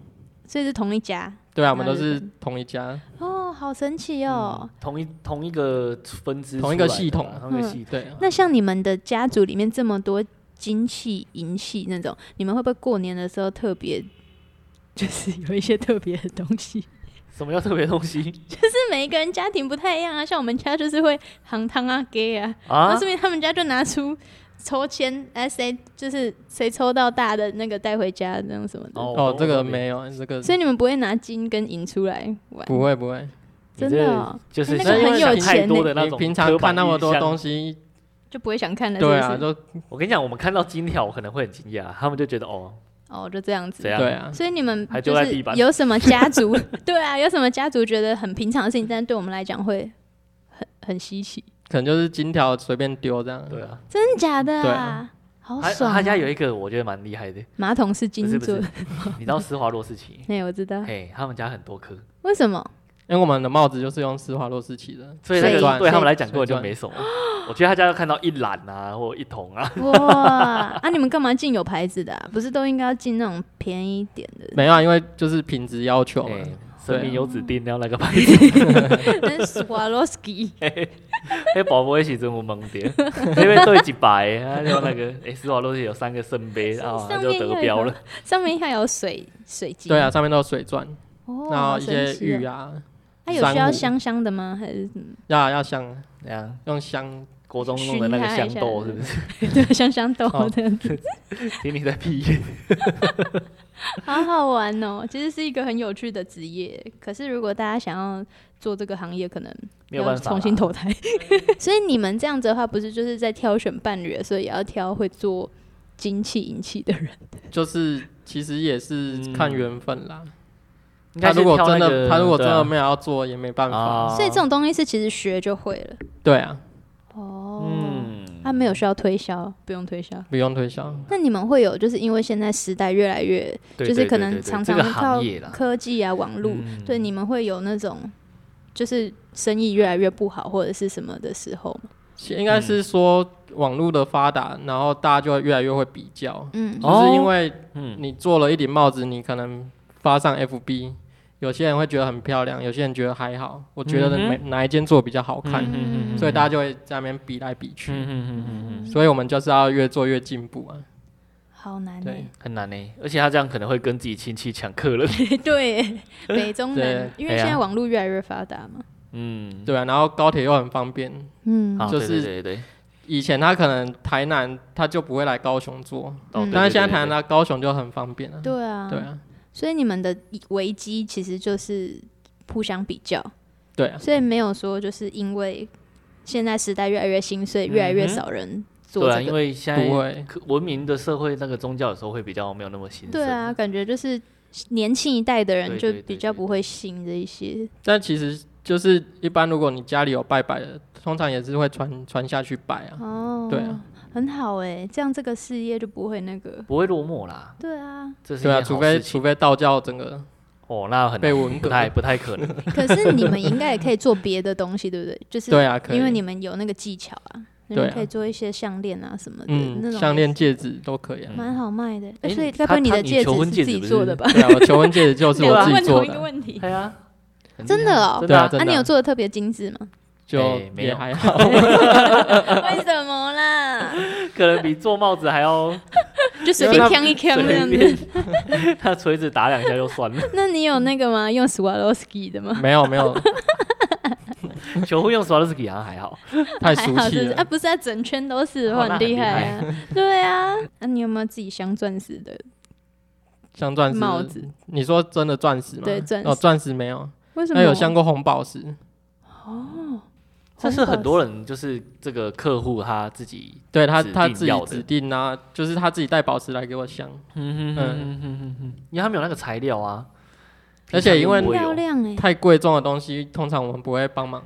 Speaker 1: 所以是同一家
Speaker 3: 对啊，我们
Speaker 1: 那
Speaker 3: 都
Speaker 1: 日
Speaker 3: 是
Speaker 1: 本
Speaker 3: 同一家。
Speaker 1: 哦，好神奇哦。
Speaker 2: 同一同一个分支出来的啦，
Speaker 3: 同一个系统
Speaker 2: 同一个系
Speaker 1: 嗯
Speaker 2: 统。
Speaker 3: 对，啊
Speaker 1: 那像你们的家族里面这么多金器银器那种，你们会不会过年的时候特别，就是有一些特别的东 西？
Speaker 2: 什么叫特别东西
Speaker 1: 是每一个人家庭不太一样啊，像我们家就是会行汤啊、给啊，然
Speaker 2: 啊
Speaker 1: 后？说明他们家就拿出抽签，哎、谁就是谁抽到大的那个带回家那种什么的。
Speaker 2: 哦
Speaker 3: 哦，这个，没有，这个
Speaker 1: 所以你们不会拿金跟银出来玩，
Speaker 3: 不会不会。
Speaker 2: 我懂
Speaker 1: 真
Speaker 2: 你
Speaker 1: 的
Speaker 2: 这
Speaker 1: 哦、
Speaker 2: 就是
Speaker 1: 那
Speaker 3: 个
Speaker 2: 因为
Speaker 3: 很
Speaker 1: 有
Speaker 2: 想太
Speaker 1: 钱
Speaker 2: 多
Speaker 1: 呢
Speaker 2: 的那
Speaker 3: 你
Speaker 2: 种，
Speaker 3: 平常看那么多东
Speaker 2: 西，
Speaker 3: 西，
Speaker 1: 就不会想看了，是不
Speaker 3: 对
Speaker 1: 是？
Speaker 3: 啊，就
Speaker 2: 我跟你讲，我们看到金条可能会很惊讶，他们就觉得哦，
Speaker 1: 哦，就这样子
Speaker 2: 怎。样？
Speaker 3: 对啊，
Speaker 1: 所以你们
Speaker 2: 还
Speaker 1: 就
Speaker 2: 丢在
Speaker 1: 是
Speaker 2: 地板
Speaker 1: 有什么家族？对啊，有什么家族觉得很平常的事情，但对我们来讲会很很稀奇，
Speaker 3: 可能就是金条随便丢这样。
Speaker 2: 对啊，
Speaker 1: 真的假的
Speaker 3: 对
Speaker 1: 啊
Speaker 3: 啊？
Speaker 1: 好
Speaker 2: 他
Speaker 1: 爽、啊！
Speaker 2: 他家有一个我觉得蛮厉害的，
Speaker 1: 马桶是
Speaker 2: 不
Speaker 1: 金
Speaker 2: 是不
Speaker 1: 做
Speaker 2: 是
Speaker 1: 的，，
Speaker 2: 你知道施华洛 世奇？
Speaker 1: 那我知道。
Speaker 2: 嘿，他们家很多颗，
Speaker 1: 为什么？
Speaker 3: 因为我们的帽子就是用施华洛世奇的，
Speaker 2: 所以那
Speaker 1: 水
Speaker 2: 个
Speaker 1: 钻
Speaker 2: 对他们来讲根本
Speaker 3: 水
Speaker 2: 就
Speaker 3: 钻
Speaker 2: 没什么。我觉得他家要看到一篮啊，或一桶啊，
Speaker 1: 哇！啊，你们干嘛进有牌子的、啊？不是都应该要进那种便宜一点 的？
Speaker 3: 没有啊，因为就是品质要求嘛
Speaker 2: 哎。神明
Speaker 3: 对啊
Speaker 2: 有指定要那个牌子。
Speaker 1: 那是 Swarovski
Speaker 2: 哎，宝宝一起这么懵点，因为对几百，他就那个哎，施华洛世奇有三个圣杯啊，
Speaker 1: 上
Speaker 2: 他
Speaker 1: 面
Speaker 2: 就得标了。
Speaker 1: 上面还有水水晶，
Speaker 3: 对啊，，上面都有水钻，
Speaker 1: 哦，
Speaker 3: 然后
Speaker 1: 好
Speaker 3: 一些
Speaker 1: 神奇
Speaker 3: 玉
Speaker 1: 哦。
Speaker 3: 啊，
Speaker 1: 它有
Speaker 3: 珊
Speaker 1: 需要
Speaker 3: 瑚
Speaker 1: 香香的吗？还是什么
Speaker 3: 要要香，
Speaker 2: 这样，
Speaker 3: 用香
Speaker 2: 国中弄的那个香豆是不是？
Speaker 1: 对香香豆
Speaker 3: 哦
Speaker 1: 这样子？
Speaker 2: 听你在屁。
Speaker 1: 好好玩哦！其实是一个很有趣的职业，可是如果大家想要做这个行业，可能
Speaker 2: 没有办法啦
Speaker 1: 要重新投 胎。 所以你们这样子的话，不是就是在挑选伴侣的时候，所以也要挑会做金器银器的人？
Speaker 3: 就是其实也是看缘分啦。
Speaker 2: 嗯应该
Speaker 3: 他
Speaker 2: 是
Speaker 3: 如果
Speaker 2: 跳那
Speaker 3: 真的、
Speaker 2: 个
Speaker 3: 他如果真的
Speaker 2: 对
Speaker 3: 没有要做，也没
Speaker 2: 啊
Speaker 3: 办法。
Speaker 2: 啊
Speaker 1: 所以这种东西是其实学就会了。
Speaker 3: 对啊，
Speaker 1: 哦，
Speaker 2: 嗯，
Speaker 1: 它没有需要推销，不用推销。
Speaker 3: 不用推销。
Speaker 1: 那你们会有，就是因为现在时代越来越，
Speaker 2: 对
Speaker 1: 就是
Speaker 2: 对
Speaker 1: 可
Speaker 2: 对
Speaker 1: 能
Speaker 2: 对对
Speaker 1: 常
Speaker 2: 这
Speaker 1: 常
Speaker 2: 个
Speaker 1: 靠
Speaker 2: 行业啦，
Speaker 1: 科技啊、网络，
Speaker 2: 嗯
Speaker 1: 对你们会有那种就是生意越来越不好或者是什么的时候吗
Speaker 3: 其应该是说网络的发达，然后大家就会越来越会比较，
Speaker 1: 嗯，
Speaker 2: 哦
Speaker 3: 就是因为
Speaker 2: 嗯，
Speaker 3: 你做了一顶帽子，你可能发上 FB，有些人会觉得很漂亮，有些人觉得还好。我觉得
Speaker 2: 嗯哼
Speaker 3: 哪、哪一间做比较好看，
Speaker 2: 嗯
Speaker 3: 所以大家就会在那边比来比去。
Speaker 2: 嗯嗯嗯嗯，
Speaker 3: 所以我们就是要越做越进步啊。
Speaker 1: 好难
Speaker 3: 对
Speaker 1: 欸
Speaker 2: 很难呢，而且他这样可能会跟自己亲戚抢客人。
Speaker 1: 对，北中南
Speaker 3: 对，
Speaker 1: 因为
Speaker 2: 哎呀
Speaker 1: 现在网络越来越发达嘛，
Speaker 2: 嗯，
Speaker 3: 对啊，然后高铁又很方便。
Speaker 1: 嗯，
Speaker 2: 啊，
Speaker 3: 就
Speaker 2: 对
Speaker 3: 是
Speaker 2: 对对对，
Speaker 3: 以前他可能台南他就不会来高雄做，
Speaker 2: 哦
Speaker 1: 嗯
Speaker 2: 对
Speaker 3: 但是现在
Speaker 2: 对
Speaker 3: 台南到高雄就很方便啊。
Speaker 1: 对啊，
Speaker 3: 对啊，
Speaker 1: 所以你们的危机其实就是互相比较，
Speaker 3: 对
Speaker 2: 嗯
Speaker 3: 啊，
Speaker 1: 所以没有说就是因为现在时代越来越兴碎，
Speaker 2: 嗯哼
Speaker 1: 越来越少人做
Speaker 2: 对啊，
Speaker 1: 这
Speaker 2: 因
Speaker 1: 个，
Speaker 2: 为现
Speaker 3: 不
Speaker 2: 在
Speaker 3: 会，
Speaker 2: 可文明的社会，那个宗教有时候会比较没有那么兴盛。
Speaker 1: 对啊，，感觉就是年轻一代的人
Speaker 2: 对
Speaker 1: 就
Speaker 2: 对对
Speaker 1: 比较
Speaker 2: 对
Speaker 1: 不会信这一些，
Speaker 3: 但其实就是一般如果你家里有拜拜的，通常也是会传传下去拜
Speaker 2: 嗯
Speaker 3: 啊。
Speaker 1: 哦，
Speaker 3: 对啊，
Speaker 1: 很好哎、这样这个事业就不会那个，
Speaker 2: 不会落寞啦，
Speaker 1: 对 啊，
Speaker 2: 这是一
Speaker 3: 对啊，
Speaker 2: 件
Speaker 3: 除
Speaker 2: 好
Speaker 3: 非
Speaker 2: 事情。
Speaker 3: 除非道教整个
Speaker 2: 哦，那很
Speaker 3: 被
Speaker 2: 难
Speaker 3: 文
Speaker 2: 不
Speaker 3: 革，
Speaker 2: 太不太可能。
Speaker 1: 可是你们应该也可以做别的东西，对不对？就是
Speaker 3: 对啊，可以，
Speaker 1: 因为你们有那个技巧啊，你
Speaker 3: 对
Speaker 1: 们
Speaker 3: 啊
Speaker 1: 可以做一些项链啊什么的，那
Speaker 3: 嗯，
Speaker 1: 种
Speaker 3: 项链、戒指都可以
Speaker 2: 嗯
Speaker 3: 啊。
Speaker 1: 蛮好卖的。哎
Speaker 2: 诶
Speaker 1: 所以
Speaker 2: 你
Speaker 1: 该不会
Speaker 2: 他
Speaker 1: 你
Speaker 2: 他
Speaker 1: 的
Speaker 2: 你
Speaker 1: 戒
Speaker 2: 求
Speaker 1: 指
Speaker 2: 婚
Speaker 1: 是
Speaker 2: 戒
Speaker 1: 自
Speaker 2: 指
Speaker 1: 己
Speaker 2: 不
Speaker 1: 做
Speaker 2: 是
Speaker 1: 的吧？
Speaker 3: 对啊，我求婚戒 指就是
Speaker 1: 两
Speaker 3: 我
Speaker 1: 个
Speaker 3: 自己
Speaker 1: 问
Speaker 3: 做
Speaker 1: 同一个
Speaker 3: 的，
Speaker 1: 问题，
Speaker 2: 对啊，很厉
Speaker 1: 真的
Speaker 2: 害
Speaker 1: 哦
Speaker 2: 真的啊
Speaker 3: 对
Speaker 1: 啊，你
Speaker 3: 的
Speaker 1: 有做的特别精致吗？
Speaker 3: 就
Speaker 2: 哎没有
Speaker 3: 也还好。
Speaker 1: 为什么啦？
Speaker 2: 可能比做帽子还要
Speaker 1: 就随便挑一挑这样
Speaker 2: 随
Speaker 1: 子。
Speaker 2: 便。他锤子打两下就算 了，
Speaker 1: 那你有那个吗？用 Swarovski 的吗？
Speaker 3: 没有 没有，
Speaker 2: 求婚用 Swarovski 好像还好。
Speaker 1: 还
Speaker 3: 太俗
Speaker 1: 好
Speaker 3: 气
Speaker 1: 是不是啊，
Speaker 3: 了。
Speaker 1: 不是啊，整圈都是，
Speaker 2: 哦
Speaker 1: 我
Speaker 2: 那
Speaker 1: 很
Speaker 2: 很
Speaker 1: 厉
Speaker 2: 厉
Speaker 1: 害啊。对啊，那你有没有自己镶钻石的？
Speaker 3: 镶钻石
Speaker 1: 帽子，
Speaker 3: 你说真的钻石吗？
Speaker 1: 对钻
Speaker 3: 哦，
Speaker 1: 石
Speaker 3: 钻石没有，
Speaker 1: 为什么？
Speaker 3: 那有镶过红宝石。
Speaker 1: 哦，
Speaker 2: 这是很多人就是这个客户他自己，
Speaker 3: 对他
Speaker 2: 指
Speaker 3: 他
Speaker 2: 定
Speaker 3: 自己
Speaker 2: 要的
Speaker 3: 指定啊，就是他自己带宝石来给我镶，
Speaker 2: 嗯哼哼哼哼哼，因为他们有那个材料啊，
Speaker 3: 而且因为
Speaker 2: 平常
Speaker 1: 漂
Speaker 2: 用不会有
Speaker 1: 亮哎，
Speaker 3: 太贵重的东西通常我们不会帮忙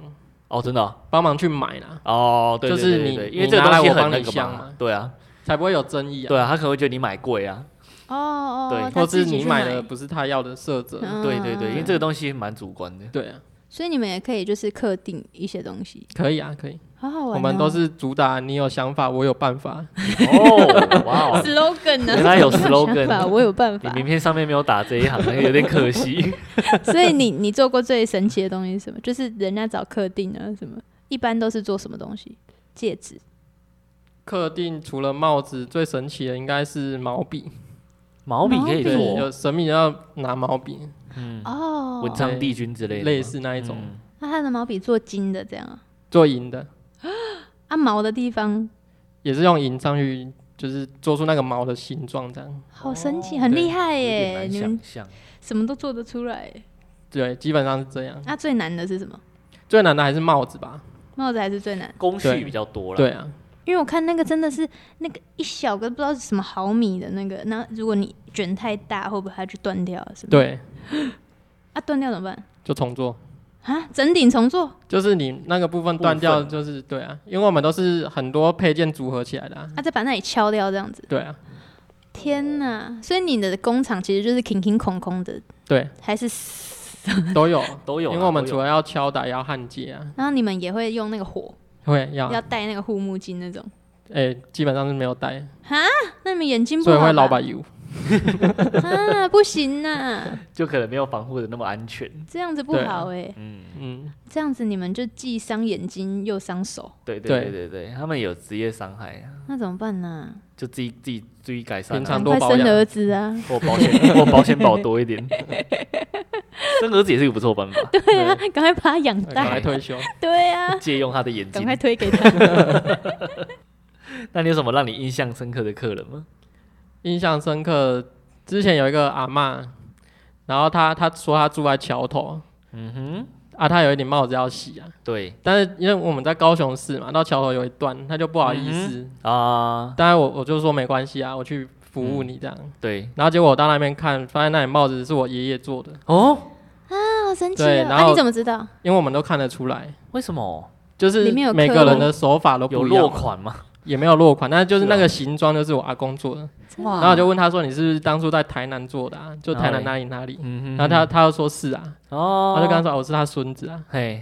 Speaker 2: 哦，真的哦
Speaker 3: 帮忙去买啦，
Speaker 2: 哦，对，对
Speaker 3: 就是
Speaker 2: 对
Speaker 3: 你
Speaker 2: 对
Speaker 3: 你
Speaker 2: 因为这个
Speaker 3: 拿来
Speaker 2: 东西
Speaker 3: 我
Speaker 2: 很
Speaker 3: 帮
Speaker 2: 那
Speaker 3: 你
Speaker 2: 个
Speaker 3: 镶
Speaker 2: 嘛
Speaker 3: 嘛，
Speaker 2: 对啊，
Speaker 3: 才不会有争议啊。
Speaker 2: 对啊，他可能会觉得你买贵啊，
Speaker 1: 哦哦，
Speaker 2: 对
Speaker 1: 哦他
Speaker 3: 或是
Speaker 1: 自己
Speaker 3: 你
Speaker 1: 去
Speaker 3: 买的不是他要的色泽，
Speaker 1: 嗯
Speaker 2: 对对对，因为这个东西蛮主观的，
Speaker 3: 对啊，
Speaker 1: 所以你们也可以就是刻定一些东西，
Speaker 3: 可以啊，可以。
Speaker 1: 好好玩哦、
Speaker 3: 我们都是主打你有想法，我有办法。
Speaker 2: 哦，哇
Speaker 3: 啊
Speaker 2: 哦，
Speaker 1: slogan 呢、
Speaker 2: 原来有
Speaker 1: 我想
Speaker 2: slogan
Speaker 1: 法 我有办
Speaker 2: 你
Speaker 1: 法。
Speaker 2: 名片上面没有打这一行，有点可 惜。
Speaker 1: 所以你你做过最神奇的东西是什么？就是人家找客定啊什么，一般都是做什么东西？戒指
Speaker 3: 客定除了帽子，最神奇的应该是毛笔。
Speaker 2: 毛笔可以
Speaker 1: 对
Speaker 3: 对，
Speaker 2: 做，
Speaker 3: 有神秘人要拿毛笔，
Speaker 2: 嗯，
Speaker 1: 哦，
Speaker 2: 文昌帝君之类的吗，
Speaker 3: 类似那一种、
Speaker 2: 嗯
Speaker 1: 那他的毛笔做金的这样啊，
Speaker 3: 做银的，
Speaker 1: 啊毛的地方
Speaker 3: 也是用银章鱼，就是做出那个毛的形状，这样。
Speaker 1: 好神奇，
Speaker 2: 哦
Speaker 1: 很厉害
Speaker 2: 有点
Speaker 1: 耶！
Speaker 2: 难
Speaker 1: 你
Speaker 2: 想
Speaker 1: 们
Speaker 2: 象。
Speaker 1: 什么都做得出来耶。
Speaker 3: 对，基本上是这样。
Speaker 1: 那、最难的是什么？
Speaker 3: 最难的还是帽子吧？
Speaker 1: 帽子还是最难，
Speaker 2: 工序
Speaker 3: 对
Speaker 2: 比较多了，
Speaker 3: 对啊，
Speaker 1: 因为我看那个真的是那个一小个不知道是什么毫米的那个，那如果你卷太大，会不会它就断掉了？是吗？
Speaker 3: 对，
Speaker 1: 啊，断掉怎么办？
Speaker 3: 就重做。
Speaker 1: 啊，整顶重做
Speaker 3: 就是你那个部分断掉，就是对啊，因为我们都是很多配件组合起来的、啊，
Speaker 1: 啊，再把那里敲掉这样子。
Speaker 3: 对啊，
Speaker 1: 天哪！所以你的工厂其实就是空空空空的，
Speaker 3: 对，
Speaker 1: 还是
Speaker 3: 都有，
Speaker 2: 都有啦。
Speaker 3: 因为我们
Speaker 2: 都
Speaker 3: 除
Speaker 2: 有
Speaker 3: 了要敲打，也要焊接啊，
Speaker 1: 然后你们也会用那个火，
Speaker 3: 会要，
Speaker 1: 要戴那个护目镜那种。
Speaker 3: 哎、基本上是没有带，
Speaker 1: 那你们眼睛不
Speaker 3: 所以
Speaker 1: 好吧
Speaker 3: 会老板油，
Speaker 1: 啊，不行呐、
Speaker 2: 就可能没有防护的那么安全。
Speaker 1: 这样子不
Speaker 3: 对啊
Speaker 1: 好哎、
Speaker 2: 嗯，
Speaker 3: 嗯，
Speaker 1: 这样子你们就既伤眼睛又伤手，
Speaker 2: 对对
Speaker 3: 对
Speaker 2: 对对对，他们有职业伤害啊，
Speaker 1: 那怎么办呢、
Speaker 2: 就自己自己注意改善
Speaker 3: 平
Speaker 2: 啊，
Speaker 3: 常
Speaker 1: 赶
Speaker 3: 多
Speaker 1: 快
Speaker 3: 保养
Speaker 1: 生儿子啊！
Speaker 2: 或保险或保险保多一 点。生儿子也是一个不错办法，
Speaker 1: 对啊， 赶快把他养
Speaker 3: 赶
Speaker 1: 大
Speaker 3: 快。退休。
Speaker 1: 对啊，
Speaker 2: 借用他的眼
Speaker 1: 赶
Speaker 2: 睛
Speaker 1: 快。推给他。
Speaker 2: 那你有什么让你印象深刻的客人吗？
Speaker 3: 印象深刻，之前有一个阿嬷，然后她她说她住在桥头，
Speaker 2: 嗯哼，
Speaker 3: 啊，她有一顶帽子要洗啊，
Speaker 2: 对
Speaker 3: 但是因为我们在高雄市嘛，到桥头有一段，她就不好意思，
Speaker 2: 啊，
Speaker 3: 当然我我就说没关系啊，我去服务
Speaker 2: 嗯
Speaker 3: 你这样。
Speaker 2: 对
Speaker 3: 然后结果我到那边看，发现那顶帽子是我爷爷做的，
Speaker 2: 哦，
Speaker 1: 好神奇、哦！
Speaker 3: 对然
Speaker 1: 那、
Speaker 3: 后
Speaker 1: 你怎么知道？
Speaker 3: 因为我们都看得出来，
Speaker 2: 为什么
Speaker 3: 就是
Speaker 1: 里面有刻
Speaker 3: 每个人的手法都
Speaker 2: 有
Speaker 3: 不一
Speaker 2: 落
Speaker 3: 样，
Speaker 2: 款啊吗？
Speaker 3: 也没有落款，但是就是那个形状就是我阿公做的。
Speaker 1: 啊
Speaker 3: 然后我就问他说：“你是不是当初在台南做的啊？就台南哪里哪里
Speaker 2: 嗯？”哼，
Speaker 3: 然后他他就说是啊，
Speaker 2: 哦，
Speaker 3: 他就跟他说：“哦我是他孙子啊。
Speaker 2: 嘿，”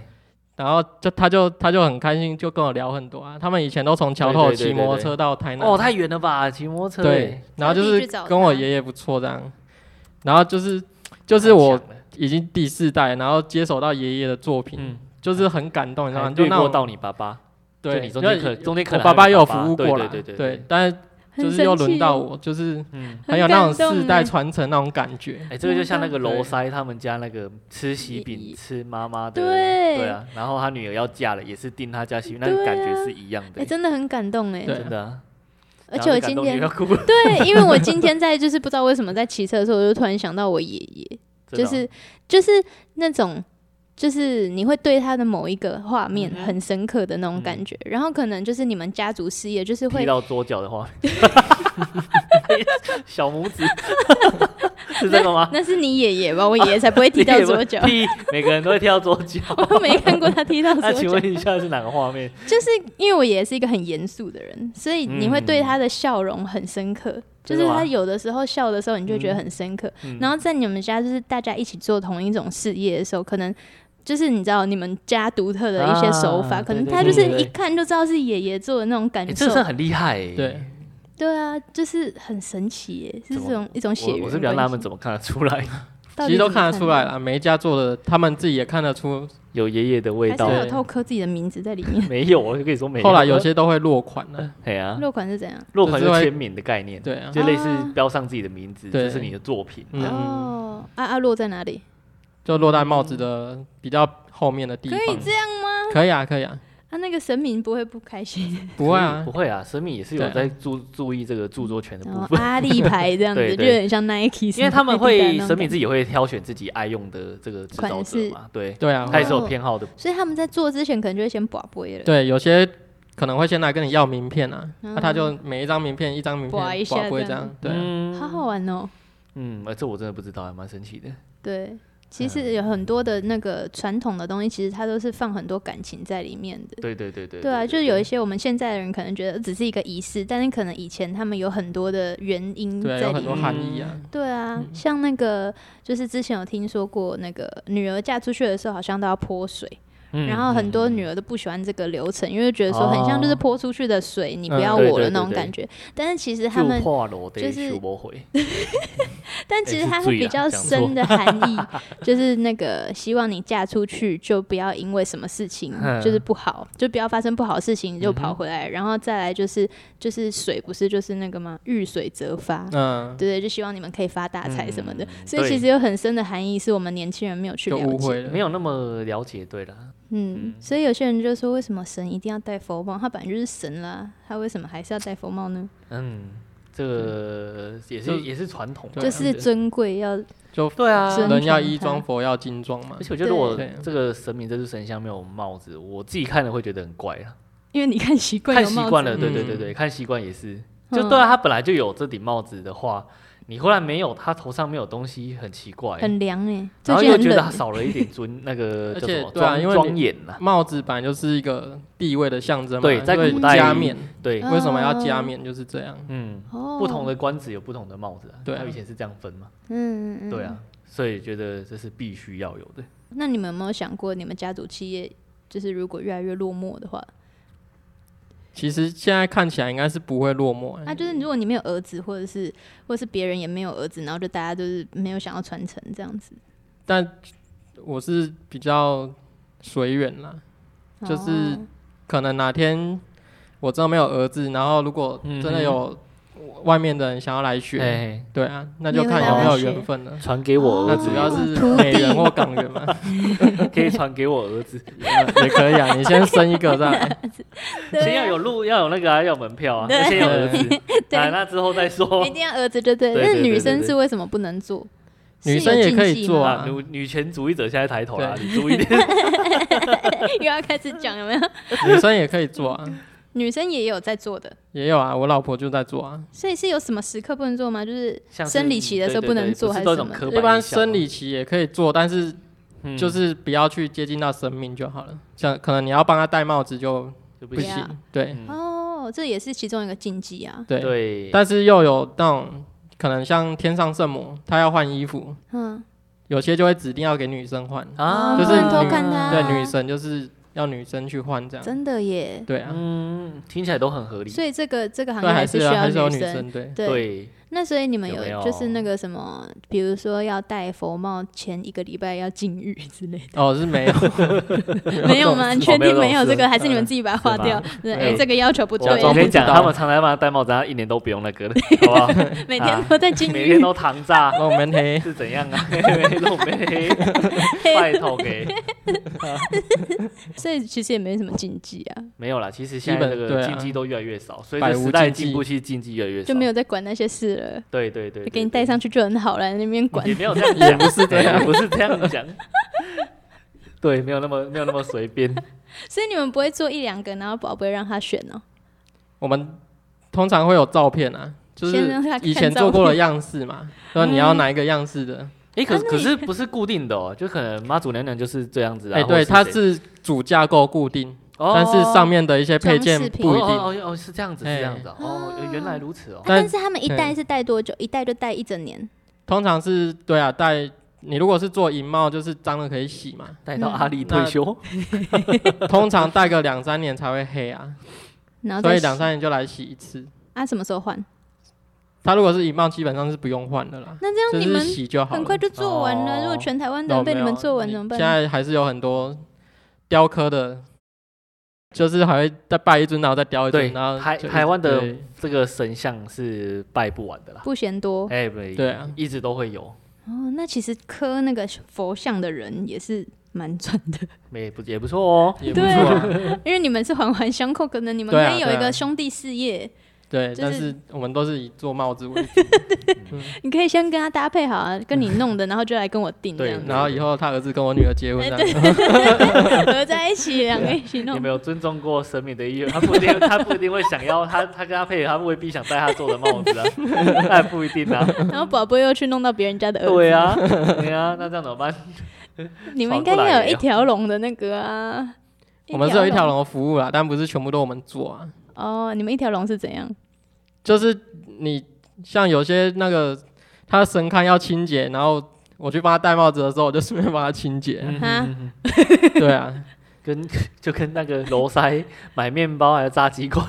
Speaker 3: 然后就他就他就很开心，就跟我聊很多啊。他们以前都从桥头
Speaker 2: 对对对
Speaker 3: 骑摩托车到台南，
Speaker 2: 哦，太远了吧，骑摩托车
Speaker 3: 对，然后就
Speaker 1: 特地
Speaker 3: 是
Speaker 1: 去找
Speaker 3: 跟我爷爷不错这样。然后就是就是我
Speaker 2: 太强了
Speaker 3: 已经第四代，然后接手到爷爷的作品，
Speaker 2: 嗯，
Speaker 3: 就是很感动，你知道
Speaker 2: 还
Speaker 3: 吗？就
Speaker 2: 略
Speaker 3: 那
Speaker 2: 过
Speaker 3: 种
Speaker 2: 到你爸爸，就
Speaker 3: 对，
Speaker 2: 你中间
Speaker 3: 因为
Speaker 2: 可中间可
Speaker 3: 我
Speaker 2: 能
Speaker 3: 爸
Speaker 2: 还
Speaker 3: 爸也
Speaker 2: 没
Speaker 3: 有服务过
Speaker 2: 对
Speaker 3: 啦，
Speaker 2: 对对
Speaker 3: 对，，但是
Speaker 1: 很
Speaker 3: 就是
Speaker 1: 神
Speaker 3: 又
Speaker 1: 奇
Speaker 3: 轮到
Speaker 1: 耶，
Speaker 3: 我，就是
Speaker 2: 嗯，
Speaker 3: 很有那
Speaker 1: 很感
Speaker 3: 种
Speaker 1: 动欸
Speaker 3: 世代
Speaker 1: 耶
Speaker 3: 传承那种感觉。
Speaker 1: 嗯
Speaker 2: 哎，这个就像那个
Speaker 3: 真的
Speaker 2: 楼塞他们家那个吃喜饼
Speaker 1: 一
Speaker 2: 吃妈妈的，
Speaker 1: 对
Speaker 2: 对啊，然后他女儿要嫁了，也是订他家喜饼，那
Speaker 1: 对
Speaker 2: 个
Speaker 1: 啊
Speaker 2: 感觉是一样
Speaker 1: 哎、
Speaker 2: 的，
Speaker 1: 真的很感动哎、
Speaker 3: 对
Speaker 2: 真的啊，
Speaker 1: 而且我
Speaker 2: 然后就感
Speaker 1: 今
Speaker 2: 动
Speaker 1: 天
Speaker 2: 女儿哭了，
Speaker 1: 对，因为我今天在就是不知道为什么在骑车的时候，我就突然想到我爷爷，
Speaker 2: 真
Speaker 1: 就
Speaker 2: 的啊
Speaker 1: 是就是那种。就是你会对他的某一个画面
Speaker 2: 嗯哼
Speaker 1: 很深刻的那种感觉，然后可能就是你们家族事业，就是
Speaker 2: 啊踢
Speaker 1: 会
Speaker 2: 嗯到桌角的话， 小拇指 是这个吗？，
Speaker 1: 那是你爷爷吧？我爷爷才不会 踢到左脚
Speaker 2: 啊踢，每个人都会踢到桌角。
Speaker 1: 我没看过他踢到
Speaker 2: 那
Speaker 1: 左
Speaker 2: 请
Speaker 1: 脚。
Speaker 2: 问一下是哪个画面？
Speaker 1: 就是因为我爷爷是一个很严肃的人，所以你会对他的笑容很深刻。就
Speaker 2: 嗯真
Speaker 1: 是
Speaker 2: 的吗
Speaker 1: 他有的时候笑的时候，你就觉得很深刻。
Speaker 2: 嗯
Speaker 1: 然后在你们家，就是大家一起做同一种事业的时候，可能就是你知道你们家独特的一些手法，
Speaker 2: 啊
Speaker 1: 可能
Speaker 2: 对
Speaker 1: 他就
Speaker 2: 对
Speaker 1: 是
Speaker 2: 对
Speaker 1: 一看就知道是爷爷做的那种感
Speaker 2: 哎，这
Speaker 1: 受。
Speaker 2: 个是很厉害欸。
Speaker 3: 对，
Speaker 1: 对啊，就是很神奇耶，是
Speaker 2: 怎么
Speaker 1: 这种一种血缘
Speaker 2: 我我是比较纳闷，怎么看得出来
Speaker 1: 到
Speaker 3: 其
Speaker 1: 底怎
Speaker 3: 实都
Speaker 1: 么
Speaker 3: 看
Speaker 1: 看
Speaker 3: 得出来，了，每一家做的，他们自己也看得出。
Speaker 2: 有爷爷的味
Speaker 1: 还是
Speaker 2: 道。
Speaker 1: 会？有
Speaker 3: 对
Speaker 1: 偷刻自己的名字在里面
Speaker 2: 没有，我就跟你说没有。
Speaker 3: 后来有些都会落款了，
Speaker 2: 哎呀，
Speaker 1: 落款是怎样？
Speaker 2: 落款就
Speaker 3: 就是是
Speaker 2: 签名的概念，
Speaker 3: 对啊，
Speaker 2: 就类似
Speaker 1: 啊
Speaker 2: 标上自己的名字，
Speaker 3: 对
Speaker 2: 这是你的作品。
Speaker 3: 嗯，
Speaker 1: 哦，啊啊，落在哪里？
Speaker 3: 就落在帽子的比较后面的地
Speaker 1: 可
Speaker 3: 方。
Speaker 1: 以这样吗？
Speaker 3: 可以啊，可以啊，
Speaker 1: 啊，那个神明不会不开心。
Speaker 3: 不会啊
Speaker 2: 不，会啊，神明也是
Speaker 3: 对
Speaker 2: 有
Speaker 3: 啊
Speaker 2: 在注注意这个著作权的部
Speaker 1: 然后
Speaker 2: 分，
Speaker 1: 哦阿力牌这样子，
Speaker 2: 对
Speaker 1: 就
Speaker 2: 对
Speaker 1: 有点像 Nike，
Speaker 2: 因为他们会神明
Speaker 1: 明
Speaker 2: 自己会挑选自己爱用的这个制造
Speaker 1: 款
Speaker 2: 者
Speaker 1: 式
Speaker 2: 嘛，对，
Speaker 3: 对啊，
Speaker 2: 他也是有
Speaker 1: 哦
Speaker 2: 偏好的。
Speaker 1: 所以他们在做之前可能就会先拔杯了，
Speaker 3: 对，有些可能会先来跟你要名片啊，那、
Speaker 1: 嗯
Speaker 3: 他就每一张名片一张名片
Speaker 1: 刮一下
Speaker 3: 刮不会
Speaker 1: 这
Speaker 3: 这
Speaker 1: 样
Speaker 3: 样，对啊、
Speaker 2: 嗯哎
Speaker 1: 好好玩哦。
Speaker 2: 嗯，呃这我真的不知道，还蛮神奇的。
Speaker 1: 对，其实有很多的那个传统的东西，其实它都是放很多感情在里面的。
Speaker 2: 对对对对，
Speaker 1: 对啊，就是有一些我们现在的人可能觉得只是一个仪式，但是可能以前他们有很多的原
Speaker 2: 嗯
Speaker 1: 因
Speaker 3: 对啊，
Speaker 1: 在
Speaker 3: 有
Speaker 1: 里
Speaker 3: 很多
Speaker 1: 面。
Speaker 3: 含义啊。
Speaker 1: 对啊，像那个就是之前有听说过，那个女儿嫁出去的时候好像都要泼水，
Speaker 2: 嗯
Speaker 1: 然后很多女儿都不喜欢这个流程，因为觉得说很像就是
Speaker 2: 哦
Speaker 1: 泼出去的水，你不
Speaker 3: 嗯
Speaker 1: 要
Speaker 2: 对
Speaker 1: 我
Speaker 2: 对
Speaker 1: 了
Speaker 2: 对
Speaker 1: 那种
Speaker 2: 对
Speaker 1: 感觉。但是其实他
Speaker 2: 就
Speaker 1: 们
Speaker 2: 破楼
Speaker 1: 就
Speaker 2: 的
Speaker 1: 是
Speaker 2: 修不回，
Speaker 1: 但其
Speaker 2: 哎
Speaker 1: 实
Speaker 2: 是
Speaker 1: 它
Speaker 2: 醉
Speaker 1: 比
Speaker 2: 啦
Speaker 1: 较
Speaker 2: 讲
Speaker 1: 深
Speaker 2: 错
Speaker 1: 的含义，就是那个希望你嫁出去，就不要因为什么事情
Speaker 2: 嗯
Speaker 1: 就是不好，就不要发生不好的事情你就
Speaker 2: 嗯哼
Speaker 1: 跑回来，然后再来就是就是水不是就是那个吗？遇水则发，
Speaker 3: 嗯，
Speaker 1: 对对，就希望你们可以发大财什么的。
Speaker 2: 嗯
Speaker 1: 所以
Speaker 2: 对
Speaker 1: 其实有很深的含义，是我们年轻人没有去
Speaker 3: 就
Speaker 1: 了
Speaker 3: 误
Speaker 1: 解。
Speaker 3: 会了
Speaker 2: 没。有那么了解。对啦，
Speaker 1: 嗯，所以有些人就说，为什么神一定要戴佛帽？他本来就是神啦，他为什么还是要戴佛帽呢？
Speaker 2: 嗯，这个也
Speaker 3: 就是
Speaker 2: 也是传统嘛，
Speaker 3: 对
Speaker 1: 就
Speaker 3: 啊
Speaker 1: 是
Speaker 2: 对
Speaker 1: 尊贵要
Speaker 3: 就
Speaker 2: 对啊。
Speaker 1: 尊
Speaker 3: 人要
Speaker 1: 重
Speaker 3: 衣
Speaker 1: 他
Speaker 3: 装，佛要金装嘛
Speaker 2: 而。且我觉得，如果
Speaker 3: 对
Speaker 2: 这个神明这只神像没有帽子，我自己看了会觉得很怪啊。
Speaker 1: 因为你看习惯
Speaker 2: 看
Speaker 1: 有
Speaker 2: 习
Speaker 1: 帽
Speaker 2: 惯
Speaker 1: 子
Speaker 2: 了，
Speaker 1: 嘛
Speaker 2: 对对
Speaker 3: 嗯
Speaker 2: 对对，看习惯也是。
Speaker 1: 嗯
Speaker 2: 就对啊，他本来就有这顶帽子的话，你忽然没有，他头上没有东西，很奇怪。
Speaker 1: 很凉哎、欸，最
Speaker 2: 然后
Speaker 1: 近
Speaker 2: 又
Speaker 1: 很
Speaker 2: 觉
Speaker 1: 冷
Speaker 2: 得
Speaker 1: 欸、
Speaker 2: 他少了一点尊，那个
Speaker 3: 而
Speaker 2: 叫
Speaker 3: 且
Speaker 2: 什么
Speaker 3: 对啊
Speaker 2: 庄
Speaker 3: 因为你
Speaker 2: 庄严呐。
Speaker 3: 帽子本来就是一个地位的象征嘛。
Speaker 2: 对在
Speaker 3: 所以
Speaker 2: 古代
Speaker 3: 加冕，
Speaker 2: 对，
Speaker 1: 嗯
Speaker 3: 为什么要加冕？就是这样。
Speaker 2: 嗯，
Speaker 1: 哦，
Speaker 2: 不同的官职有不同的帽子啊。
Speaker 3: 对啊
Speaker 2: 他以前是这样分嘛？
Speaker 1: 嗯，嗯嗯，
Speaker 2: 对啊，所以觉得这是必须要有的。
Speaker 1: 那你们有没有想过，你们家族企业就是如果越来越落寞的话，
Speaker 3: 其实现在看起来应该是不会落寞、欸
Speaker 1: 啊，就是如果你没有儿子，或者是或者是别人也没有儿子，然后就大家就是没有想要传承这样子，
Speaker 3: 但我是比较随缘啦，就是
Speaker 1: 哦
Speaker 3: 可能哪天我真的没有儿子，然后如果真的有外面的人想要来学，
Speaker 2: 哎，
Speaker 3: 对啊，那
Speaker 1: 你
Speaker 3: 就
Speaker 1: 会
Speaker 3: 看有
Speaker 2: 来
Speaker 3: 没有
Speaker 1: 学
Speaker 3: 缘分了。
Speaker 2: 传给我
Speaker 3: 那
Speaker 2: 儿子
Speaker 3: 主，要是
Speaker 1: 徒
Speaker 3: 美
Speaker 1: 弟
Speaker 3: 元或港元嘛，
Speaker 2: 可以传给我儿子。
Speaker 3: 也可以啊。你先生一个再来，
Speaker 1: 对啊
Speaker 2: 先要有路，要有那个啊，要有门票啊，
Speaker 1: 对
Speaker 2: 要先有儿子，
Speaker 1: 对
Speaker 2: 来那之后再说
Speaker 1: 一。定要儿子就对了，
Speaker 2: 对
Speaker 1: 但
Speaker 2: 对
Speaker 1: 是
Speaker 2: 对
Speaker 1: 女
Speaker 2: 对
Speaker 1: 生
Speaker 2: 对
Speaker 1: 是为什么不能做？是
Speaker 3: 女
Speaker 1: 有
Speaker 3: 生也可以
Speaker 1: 禁忌
Speaker 3: 做
Speaker 1: 吗
Speaker 3: 啊
Speaker 2: 啊，女女权主义者现在抬头啦，
Speaker 3: 对
Speaker 2: 你注意点。
Speaker 1: 又要开始讲有没有？
Speaker 3: 女生也可以做啊，
Speaker 1: 女生也有在做的，
Speaker 3: 也有啊，我老婆就在做啊。
Speaker 1: 所以是有什么时刻不能做吗？就是
Speaker 2: 像 是
Speaker 1: 生理期的时候
Speaker 2: 对对
Speaker 1: 不能
Speaker 2: 对
Speaker 1: 做
Speaker 2: 不
Speaker 1: 还
Speaker 2: 是
Speaker 1: 是
Speaker 2: 都有
Speaker 1: 什
Speaker 2: 种
Speaker 1: 么的
Speaker 2: 刻板
Speaker 3: 一般
Speaker 2: 印象
Speaker 3: 生
Speaker 2: 吗
Speaker 3: 理期也可以做，但是
Speaker 2: 啊嗯
Speaker 3: 就是不要去接近到生命就好了。像可能你要帮她戴帽子就
Speaker 2: 就不
Speaker 3: 不
Speaker 1: 对
Speaker 2: 行
Speaker 1: 啊。
Speaker 3: 行，对
Speaker 2: 嗯
Speaker 1: 哦，这也是其中一个禁忌啊。
Speaker 3: 对。
Speaker 2: 对，
Speaker 3: 但是又有那种可能像天上圣母，她要换衣服，
Speaker 1: 嗯，有
Speaker 3: 有些就会指定要给女生换，
Speaker 1: 啊
Speaker 3: 就是
Speaker 1: 不能偷
Speaker 3: 女
Speaker 1: 看他，啊
Speaker 3: 对，女神就是要女生去换这样。
Speaker 1: 真的耶。
Speaker 3: 对啊，
Speaker 2: 嗯，听起来都很合理。
Speaker 1: 所以这个这个行业
Speaker 3: 对，还
Speaker 1: 是
Speaker 3: 是啊
Speaker 1: 需
Speaker 3: 有还是有
Speaker 1: 要
Speaker 3: 女
Speaker 1: 生。
Speaker 3: 生对。
Speaker 1: 对，
Speaker 2: 对，
Speaker 1: 那所以你们
Speaker 2: 有没有
Speaker 1: 就是那个什么，比如说要戴佛帽前一个礼拜要禁欲之类
Speaker 3: 哦，是没有，
Speaker 1: 的，没有吗？你确
Speaker 2: 没
Speaker 1: 定
Speaker 2: 有这种
Speaker 1: 没有这
Speaker 2: 事
Speaker 1: 个，还是你们自己把它划
Speaker 2: 是吗
Speaker 1: 掉？对，
Speaker 3: 没有
Speaker 1: 哎这个要求不
Speaker 2: 我
Speaker 1: 对
Speaker 3: 装
Speaker 2: 我，跟你讲，
Speaker 3: 不知道
Speaker 2: 他们常常帮他戴帽子，啊他一年都不用那个了， 好不好？
Speaker 1: 每天都在禁
Speaker 2: 每天
Speaker 1: 欲，
Speaker 2: 都糖 炸
Speaker 3: 我们黑，
Speaker 2: 是怎样啊？ 弄没，拜托给
Speaker 1: 所以其实也没什么禁忌啊，
Speaker 2: 没有啦。其实现在这
Speaker 3: 基本对
Speaker 2: 个
Speaker 3: 啊
Speaker 2: 禁忌都越来越少，随
Speaker 3: 百
Speaker 2: 着
Speaker 3: 无
Speaker 2: 时代
Speaker 3: 禁忌
Speaker 2: 进步，其实禁忌越来越少，
Speaker 1: 就没有再管那些事了，
Speaker 2: 对。对对对，
Speaker 1: 就给你戴上去就很好了，那边 管
Speaker 2: 也没有这样讲，不是
Speaker 3: 这样
Speaker 2: 不是这样讲。 对，没有那么没有那么随便。
Speaker 1: 所以你们不会做一两个，然后宝贝让他选哦。
Speaker 3: 我们通常会有照片啊，就
Speaker 1: 先让
Speaker 3: 是
Speaker 1: 他看
Speaker 3: 以前做过的样式嘛，说你要哪一个样式的？
Speaker 2: 哎，可
Speaker 1: 啊那
Speaker 2: 可
Speaker 1: 你
Speaker 2: 是不是固定的哦，就可能妈祖娘娘就是这样子啊。
Speaker 3: 哎，
Speaker 2: 或
Speaker 3: 对，
Speaker 2: 者
Speaker 3: 它
Speaker 2: 谁，
Speaker 3: 是主架构固定，
Speaker 2: 哦
Speaker 3: 但是上面的一些配件
Speaker 1: 装饰品
Speaker 3: 不一
Speaker 2: 哦
Speaker 3: 定。
Speaker 2: 哦哦哦，是这样子，是
Speaker 3: 哎
Speaker 2: 这样子哦哦，原来如此哦
Speaker 1: 啊。
Speaker 3: 但
Speaker 1: 但是他们一戴是戴多久？一戴就戴一整年。
Speaker 3: 通常是对啊，戴你如果是做银帽，就是脏了可以洗嘛。
Speaker 2: 带到
Speaker 1: 嗯
Speaker 2: 阿力退休，
Speaker 3: 通常戴个两三年才会 黑啊，
Speaker 1: 然后
Speaker 3: 所
Speaker 1: 再
Speaker 3: 以
Speaker 1: 洗
Speaker 3: 两三年就来洗一次。
Speaker 1: 啊，什么时候换？
Speaker 3: 它如果是银帽，基本上是不用换的啦，
Speaker 1: 那这样
Speaker 3: 就
Speaker 1: 你
Speaker 3: 是
Speaker 1: 们
Speaker 3: 洗就好了。
Speaker 1: 很快就做完了。
Speaker 2: 哦
Speaker 1: 如果全台湾的
Speaker 3: 哦
Speaker 1: 人被
Speaker 3: 没
Speaker 1: 你
Speaker 3: 有
Speaker 1: 们做完
Speaker 3: 你
Speaker 1: 怎么办？
Speaker 3: 现在还是有很多雕刻的，就是还会再拜一尊，然后再雕一
Speaker 2: 对
Speaker 3: 尊，然后
Speaker 2: 台
Speaker 3: 就一
Speaker 2: 台湾的
Speaker 3: 对
Speaker 2: 这个神像是拜不完的啦。
Speaker 1: 不嫌多
Speaker 2: 哎，对
Speaker 3: 对啊，
Speaker 2: 一直都会有，
Speaker 1: 哦，那其实磕那个佛像的人也是蛮赚的，
Speaker 2: 也不也不错哦。
Speaker 3: 也不
Speaker 1: 对
Speaker 3: 错啊，
Speaker 1: 因为你们是环环相扣，可能你们
Speaker 3: 对啊
Speaker 1: 可以有一
Speaker 3: 对啊
Speaker 1: 个兄弟事业，
Speaker 3: 对，
Speaker 1: 就是
Speaker 3: 但是我们都是以做帽子为主，
Speaker 1: 你可以先跟他搭配好啊，跟你弄的，然后就来跟我订这
Speaker 2: 对
Speaker 1: 样子，
Speaker 3: 然后以后他儿子跟我女儿结
Speaker 1: 哎
Speaker 3: 婚，这样
Speaker 1: 合在一起，两个一 起
Speaker 2: 你
Speaker 1: 弄
Speaker 2: 没。有尊重过生命的意愿，他不一 定，他不一定会想要，他他跟他配合，他未必想戴他做的帽 子啊，那也不一定 啊。
Speaker 1: 然后宝贝又去弄到别人家的儿子，
Speaker 2: 对啊，对啊，那这样怎么办？
Speaker 1: 你们应该要有一条龙的那个啊。
Speaker 3: 我们是有一条龙的服务啦，但不是全部都我们做啊。
Speaker 1: 哦，你们一条龙是怎样？
Speaker 3: 就是你像有些那个他神龛要清洁，然后我去帮他戴帽子的时候，我就顺便帮他清洁
Speaker 2: 嗯
Speaker 3: 啊、
Speaker 1: 哈
Speaker 3: 对啊，
Speaker 2: 跟就跟那个楼塞买面包还是炸鸡块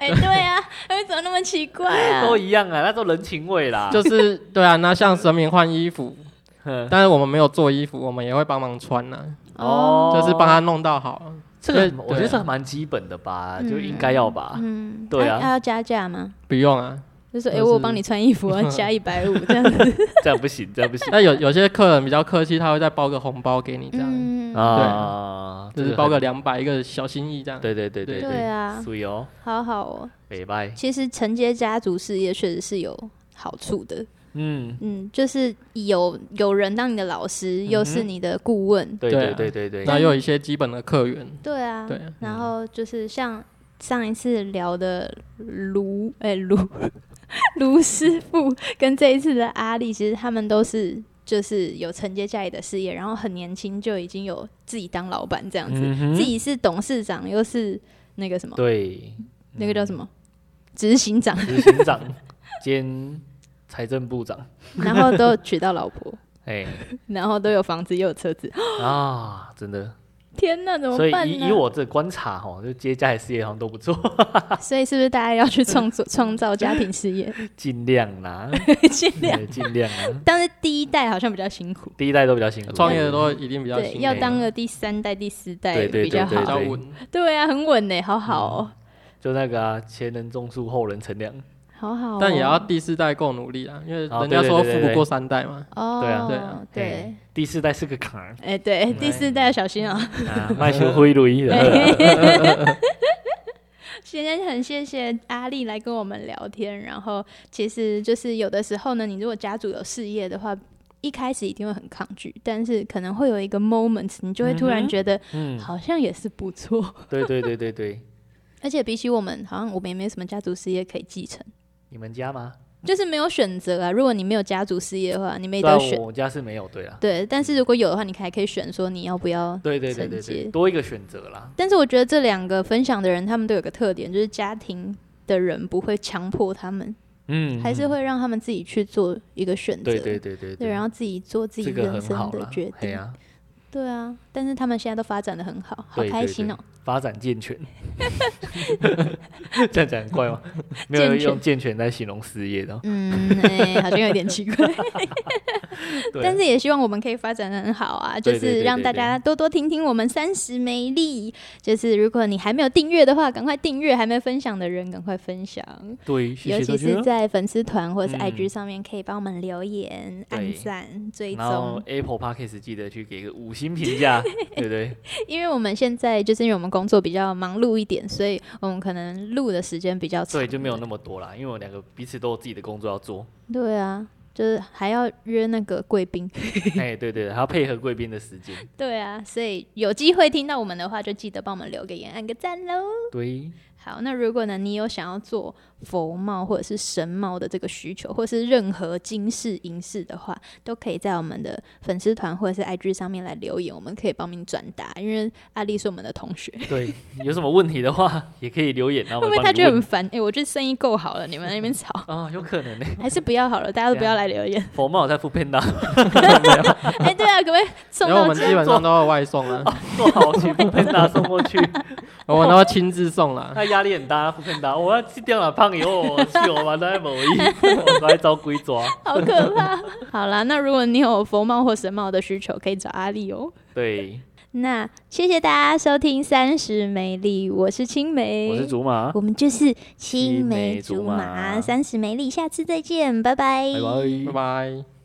Speaker 1: 哎、对啊，哎怎么那么奇怪啊？
Speaker 2: 都一样啊，那都人情味啦。
Speaker 3: 就是对啊。那像神明换衣服，
Speaker 2: 嗯
Speaker 3: 但是我们没有做衣服，我们也会帮忙穿呐、
Speaker 1: 哦，
Speaker 3: 就是帮他弄到好。
Speaker 2: 这个
Speaker 3: 对
Speaker 2: 我觉得
Speaker 3: 对
Speaker 2: 这蛮基本的吧，
Speaker 1: 嗯
Speaker 2: 就应该要
Speaker 3: 哦
Speaker 2: 吧。
Speaker 1: 嗯，
Speaker 2: 对
Speaker 1: 啊，
Speaker 2: 啊
Speaker 1: 啊要加价吗？
Speaker 3: 不用啊，
Speaker 1: 就说哎、
Speaker 3: 就是
Speaker 1: 我有帮你穿衣服，要 加一百五这样 子。
Speaker 2: 这样不行，这样不行
Speaker 3: 那有有些客人比较客气，他会再包个红包给你， 这样、
Speaker 1: 嗯，
Speaker 2: 啊，
Speaker 3: 就
Speaker 2: 这
Speaker 3: 是包个
Speaker 2: 很。
Speaker 3: 两百，一个小心意这样。
Speaker 2: 对对对对
Speaker 1: 对，啊，
Speaker 2: 所以哦，
Speaker 1: 好好哦。
Speaker 2: 北拜，
Speaker 1: 其实承接家族事业确实是有好处的，
Speaker 2: 嗯，
Speaker 1: 嗯，就是有有人当你的老师，又是你的顾问，
Speaker 2: 对
Speaker 3: 对
Speaker 2: 对
Speaker 3: 啊
Speaker 2: 对对对，
Speaker 3: 然后又有一些基本的客源，
Speaker 1: 对啊，
Speaker 3: 对，
Speaker 1: 然后就是像上一次聊的卢，哎、卢 卢师傅跟这一次的阿力，其实他们都是就是有承接家里的事业，然后很年轻就已经有自己当老板这样子，
Speaker 2: 嗯哼
Speaker 1: 自己是董事长，又是那个什么，
Speaker 2: 对，
Speaker 1: 那个叫什么执行长，
Speaker 2: 执行长兼财政部长，
Speaker 1: 然后都娶到老婆，
Speaker 2: 哎
Speaker 1: 然后都有房子，也有车子，
Speaker 2: 啊，真的，
Speaker 1: 天哪，怎么
Speaker 2: 所以
Speaker 1: 办
Speaker 2: 以
Speaker 1: 呢？
Speaker 2: 以我这观察哈，就接家里事业好像都不错，
Speaker 1: 所以是不是大家要去创作创造家庭事业，
Speaker 2: 尽量啦，
Speaker 1: 尽量？
Speaker 2: 对 尽量啦，
Speaker 1: 但是第一代好像比较辛苦。
Speaker 2: 第一代都比较辛苦，
Speaker 3: 创业的都一定比较
Speaker 1: 对，
Speaker 3: 辛
Speaker 1: 要
Speaker 3: 苦，
Speaker 1: 当个第三代、第四代
Speaker 2: 对对
Speaker 1: 比较
Speaker 3: 比
Speaker 1: 好。
Speaker 3: 较
Speaker 2: 对对
Speaker 3: 稳。
Speaker 1: 对啊，很稳呢，好好哦，
Speaker 2: 就那个啊，前人种树，后人乘凉，
Speaker 1: 好好哦。
Speaker 3: 但也要第四代够努力啊，因为
Speaker 2: 哦
Speaker 3: 人家
Speaker 2: 对对
Speaker 3: 说
Speaker 2: 对
Speaker 3: 富
Speaker 2: 对
Speaker 3: 不过三代嘛。
Speaker 1: 哦，
Speaker 2: 对啊
Speaker 3: 对啊
Speaker 1: 对
Speaker 2: 嘿，第四代是个 坎儿
Speaker 1: 哎，对，第四代要小心哦。
Speaker 2: 啊，卖修灰如意 的，
Speaker 1: 哎今天很谢谢阿丽来跟我们聊天，然后其实就是有的时候呢，你如果家族有事业的话。一开始一定会很抗拒，但是可能会有一个 moment，你就会突
Speaker 2: 嗯
Speaker 1: 然
Speaker 2: 哼
Speaker 1: 觉得
Speaker 2: 嗯，
Speaker 1: 好像也是不 错，
Speaker 2: 对对对对对，
Speaker 1: 而且比起我们，好像我们也没什么家族事业可以继承。
Speaker 2: 你们家吗？
Speaker 1: 就是没有选择啊。如果你没有家族事业的话，你没
Speaker 2: 对啊
Speaker 1: 得选。
Speaker 2: 我家是没有，对啊，
Speaker 1: 对，但是如果有的话，你还可以选说你要不要。
Speaker 2: 对对对对
Speaker 1: 承
Speaker 2: 对，
Speaker 1: 接
Speaker 2: 多一个选择啦，
Speaker 1: 但是我觉得这两个分享的人，他们都有个特点，就是家庭的人不会强迫他们，
Speaker 2: 嗯，
Speaker 1: 还是会让他们自己去做一个选择。
Speaker 2: 对对对对
Speaker 1: 对然后自己做自己
Speaker 2: 这个
Speaker 1: 人
Speaker 2: 很
Speaker 1: 生
Speaker 2: 好
Speaker 1: 的
Speaker 2: 啦
Speaker 1: 决
Speaker 2: 嘿
Speaker 1: 定。
Speaker 2: 啊，
Speaker 1: 对啊，但是他们现在都发展的很好，好
Speaker 2: 对
Speaker 1: 开
Speaker 2: 对
Speaker 1: 心哦、
Speaker 2: 发展健全，这样讲很怪吗？没有
Speaker 1: 健全
Speaker 2: 用健全来形容事业的哦，
Speaker 1: 嗯，哎，好像有点奇怪，
Speaker 2: 对啊
Speaker 1: 但是也希望我们可以发展的很好啊，就
Speaker 2: 对对对
Speaker 1: 是
Speaker 2: 对
Speaker 1: 让大家多多听听我们三十美丽。就是如果你还没有订阅的话，赶快订阅；还没分享的人，赶快分享。
Speaker 2: 对，谢
Speaker 1: 尤
Speaker 2: 谢大哦
Speaker 1: 其是
Speaker 2: 家。
Speaker 1: 在粉丝团或者是
Speaker 2: 嗯
Speaker 1: IG 上面，可以帮我们留言、
Speaker 2: 对
Speaker 1: 按赞、追
Speaker 2: 然后
Speaker 1: 踪，
Speaker 2: Apple Podcast 记得去给个五星评价，对不对？
Speaker 1: 因为我们现在就是因为我们工作比较忙碌一点，所以我们可能录的时间比较长，
Speaker 2: 对，就没有那么多啦，因为我两个彼此都有自己的工作要做。
Speaker 1: 对啊，就是还要约那个贵宾。
Speaker 2: 哎，对对，还要配合贵宾的时间。
Speaker 1: 对啊，所以有机会听到我们的话，就记得帮我们留个言、按个赞喽。
Speaker 2: 对，
Speaker 1: 好，那如果呢，你有想要做佛帽或者是神帽的这个需求，或是任何金饰、银饰的话，都可以在我们的粉丝团或者是 IG 上面来留言，我们可以帮您转达。因为阿丽是我们的同学，
Speaker 2: 对，有什么问题的话也可以留言，然后
Speaker 1: 会不
Speaker 2: 我
Speaker 1: 会
Speaker 2: 们
Speaker 1: 他
Speaker 2: 帮
Speaker 1: 觉
Speaker 2: 你
Speaker 1: 得很
Speaker 2: 问。，
Speaker 1: 烦？哎、我觉得生意够好了，你们在那边吵
Speaker 2: 啊，有可能呢。
Speaker 1: 还是不要好了，大家都
Speaker 2: 啊
Speaker 1: 不要来留言。
Speaker 2: 佛帽在副片 档
Speaker 1: 哎、对啊，可不可以送
Speaker 3: 因为我
Speaker 1: 到
Speaker 3: 们
Speaker 1: 家？
Speaker 3: 基本上都会外 送啊，
Speaker 2: 做好，请副片档送过去，
Speaker 3: 我们都会亲自送啦。
Speaker 2: 他压力很大。副片档，我要去掉了胖以后，我去我玩在某一，我来找鬼抓。
Speaker 1: 好可怕！ 好啦，那如果你有佛帽或神帽的需求，可以找阿丽哦。
Speaker 2: 对，
Speaker 1: 那谢谢大家收听《三十美丽》，我是青梅，
Speaker 2: 我是竹马，
Speaker 1: 我们就是
Speaker 2: 青
Speaker 1: 青
Speaker 2: 梅
Speaker 1: 梅
Speaker 2: 竹
Speaker 1: 竹
Speaker 2: 马
Speaker 1: 马，三十美丽，下次再见，拜拜，
Speaker 2: 拜拜
Speaker 3: 拜。拜。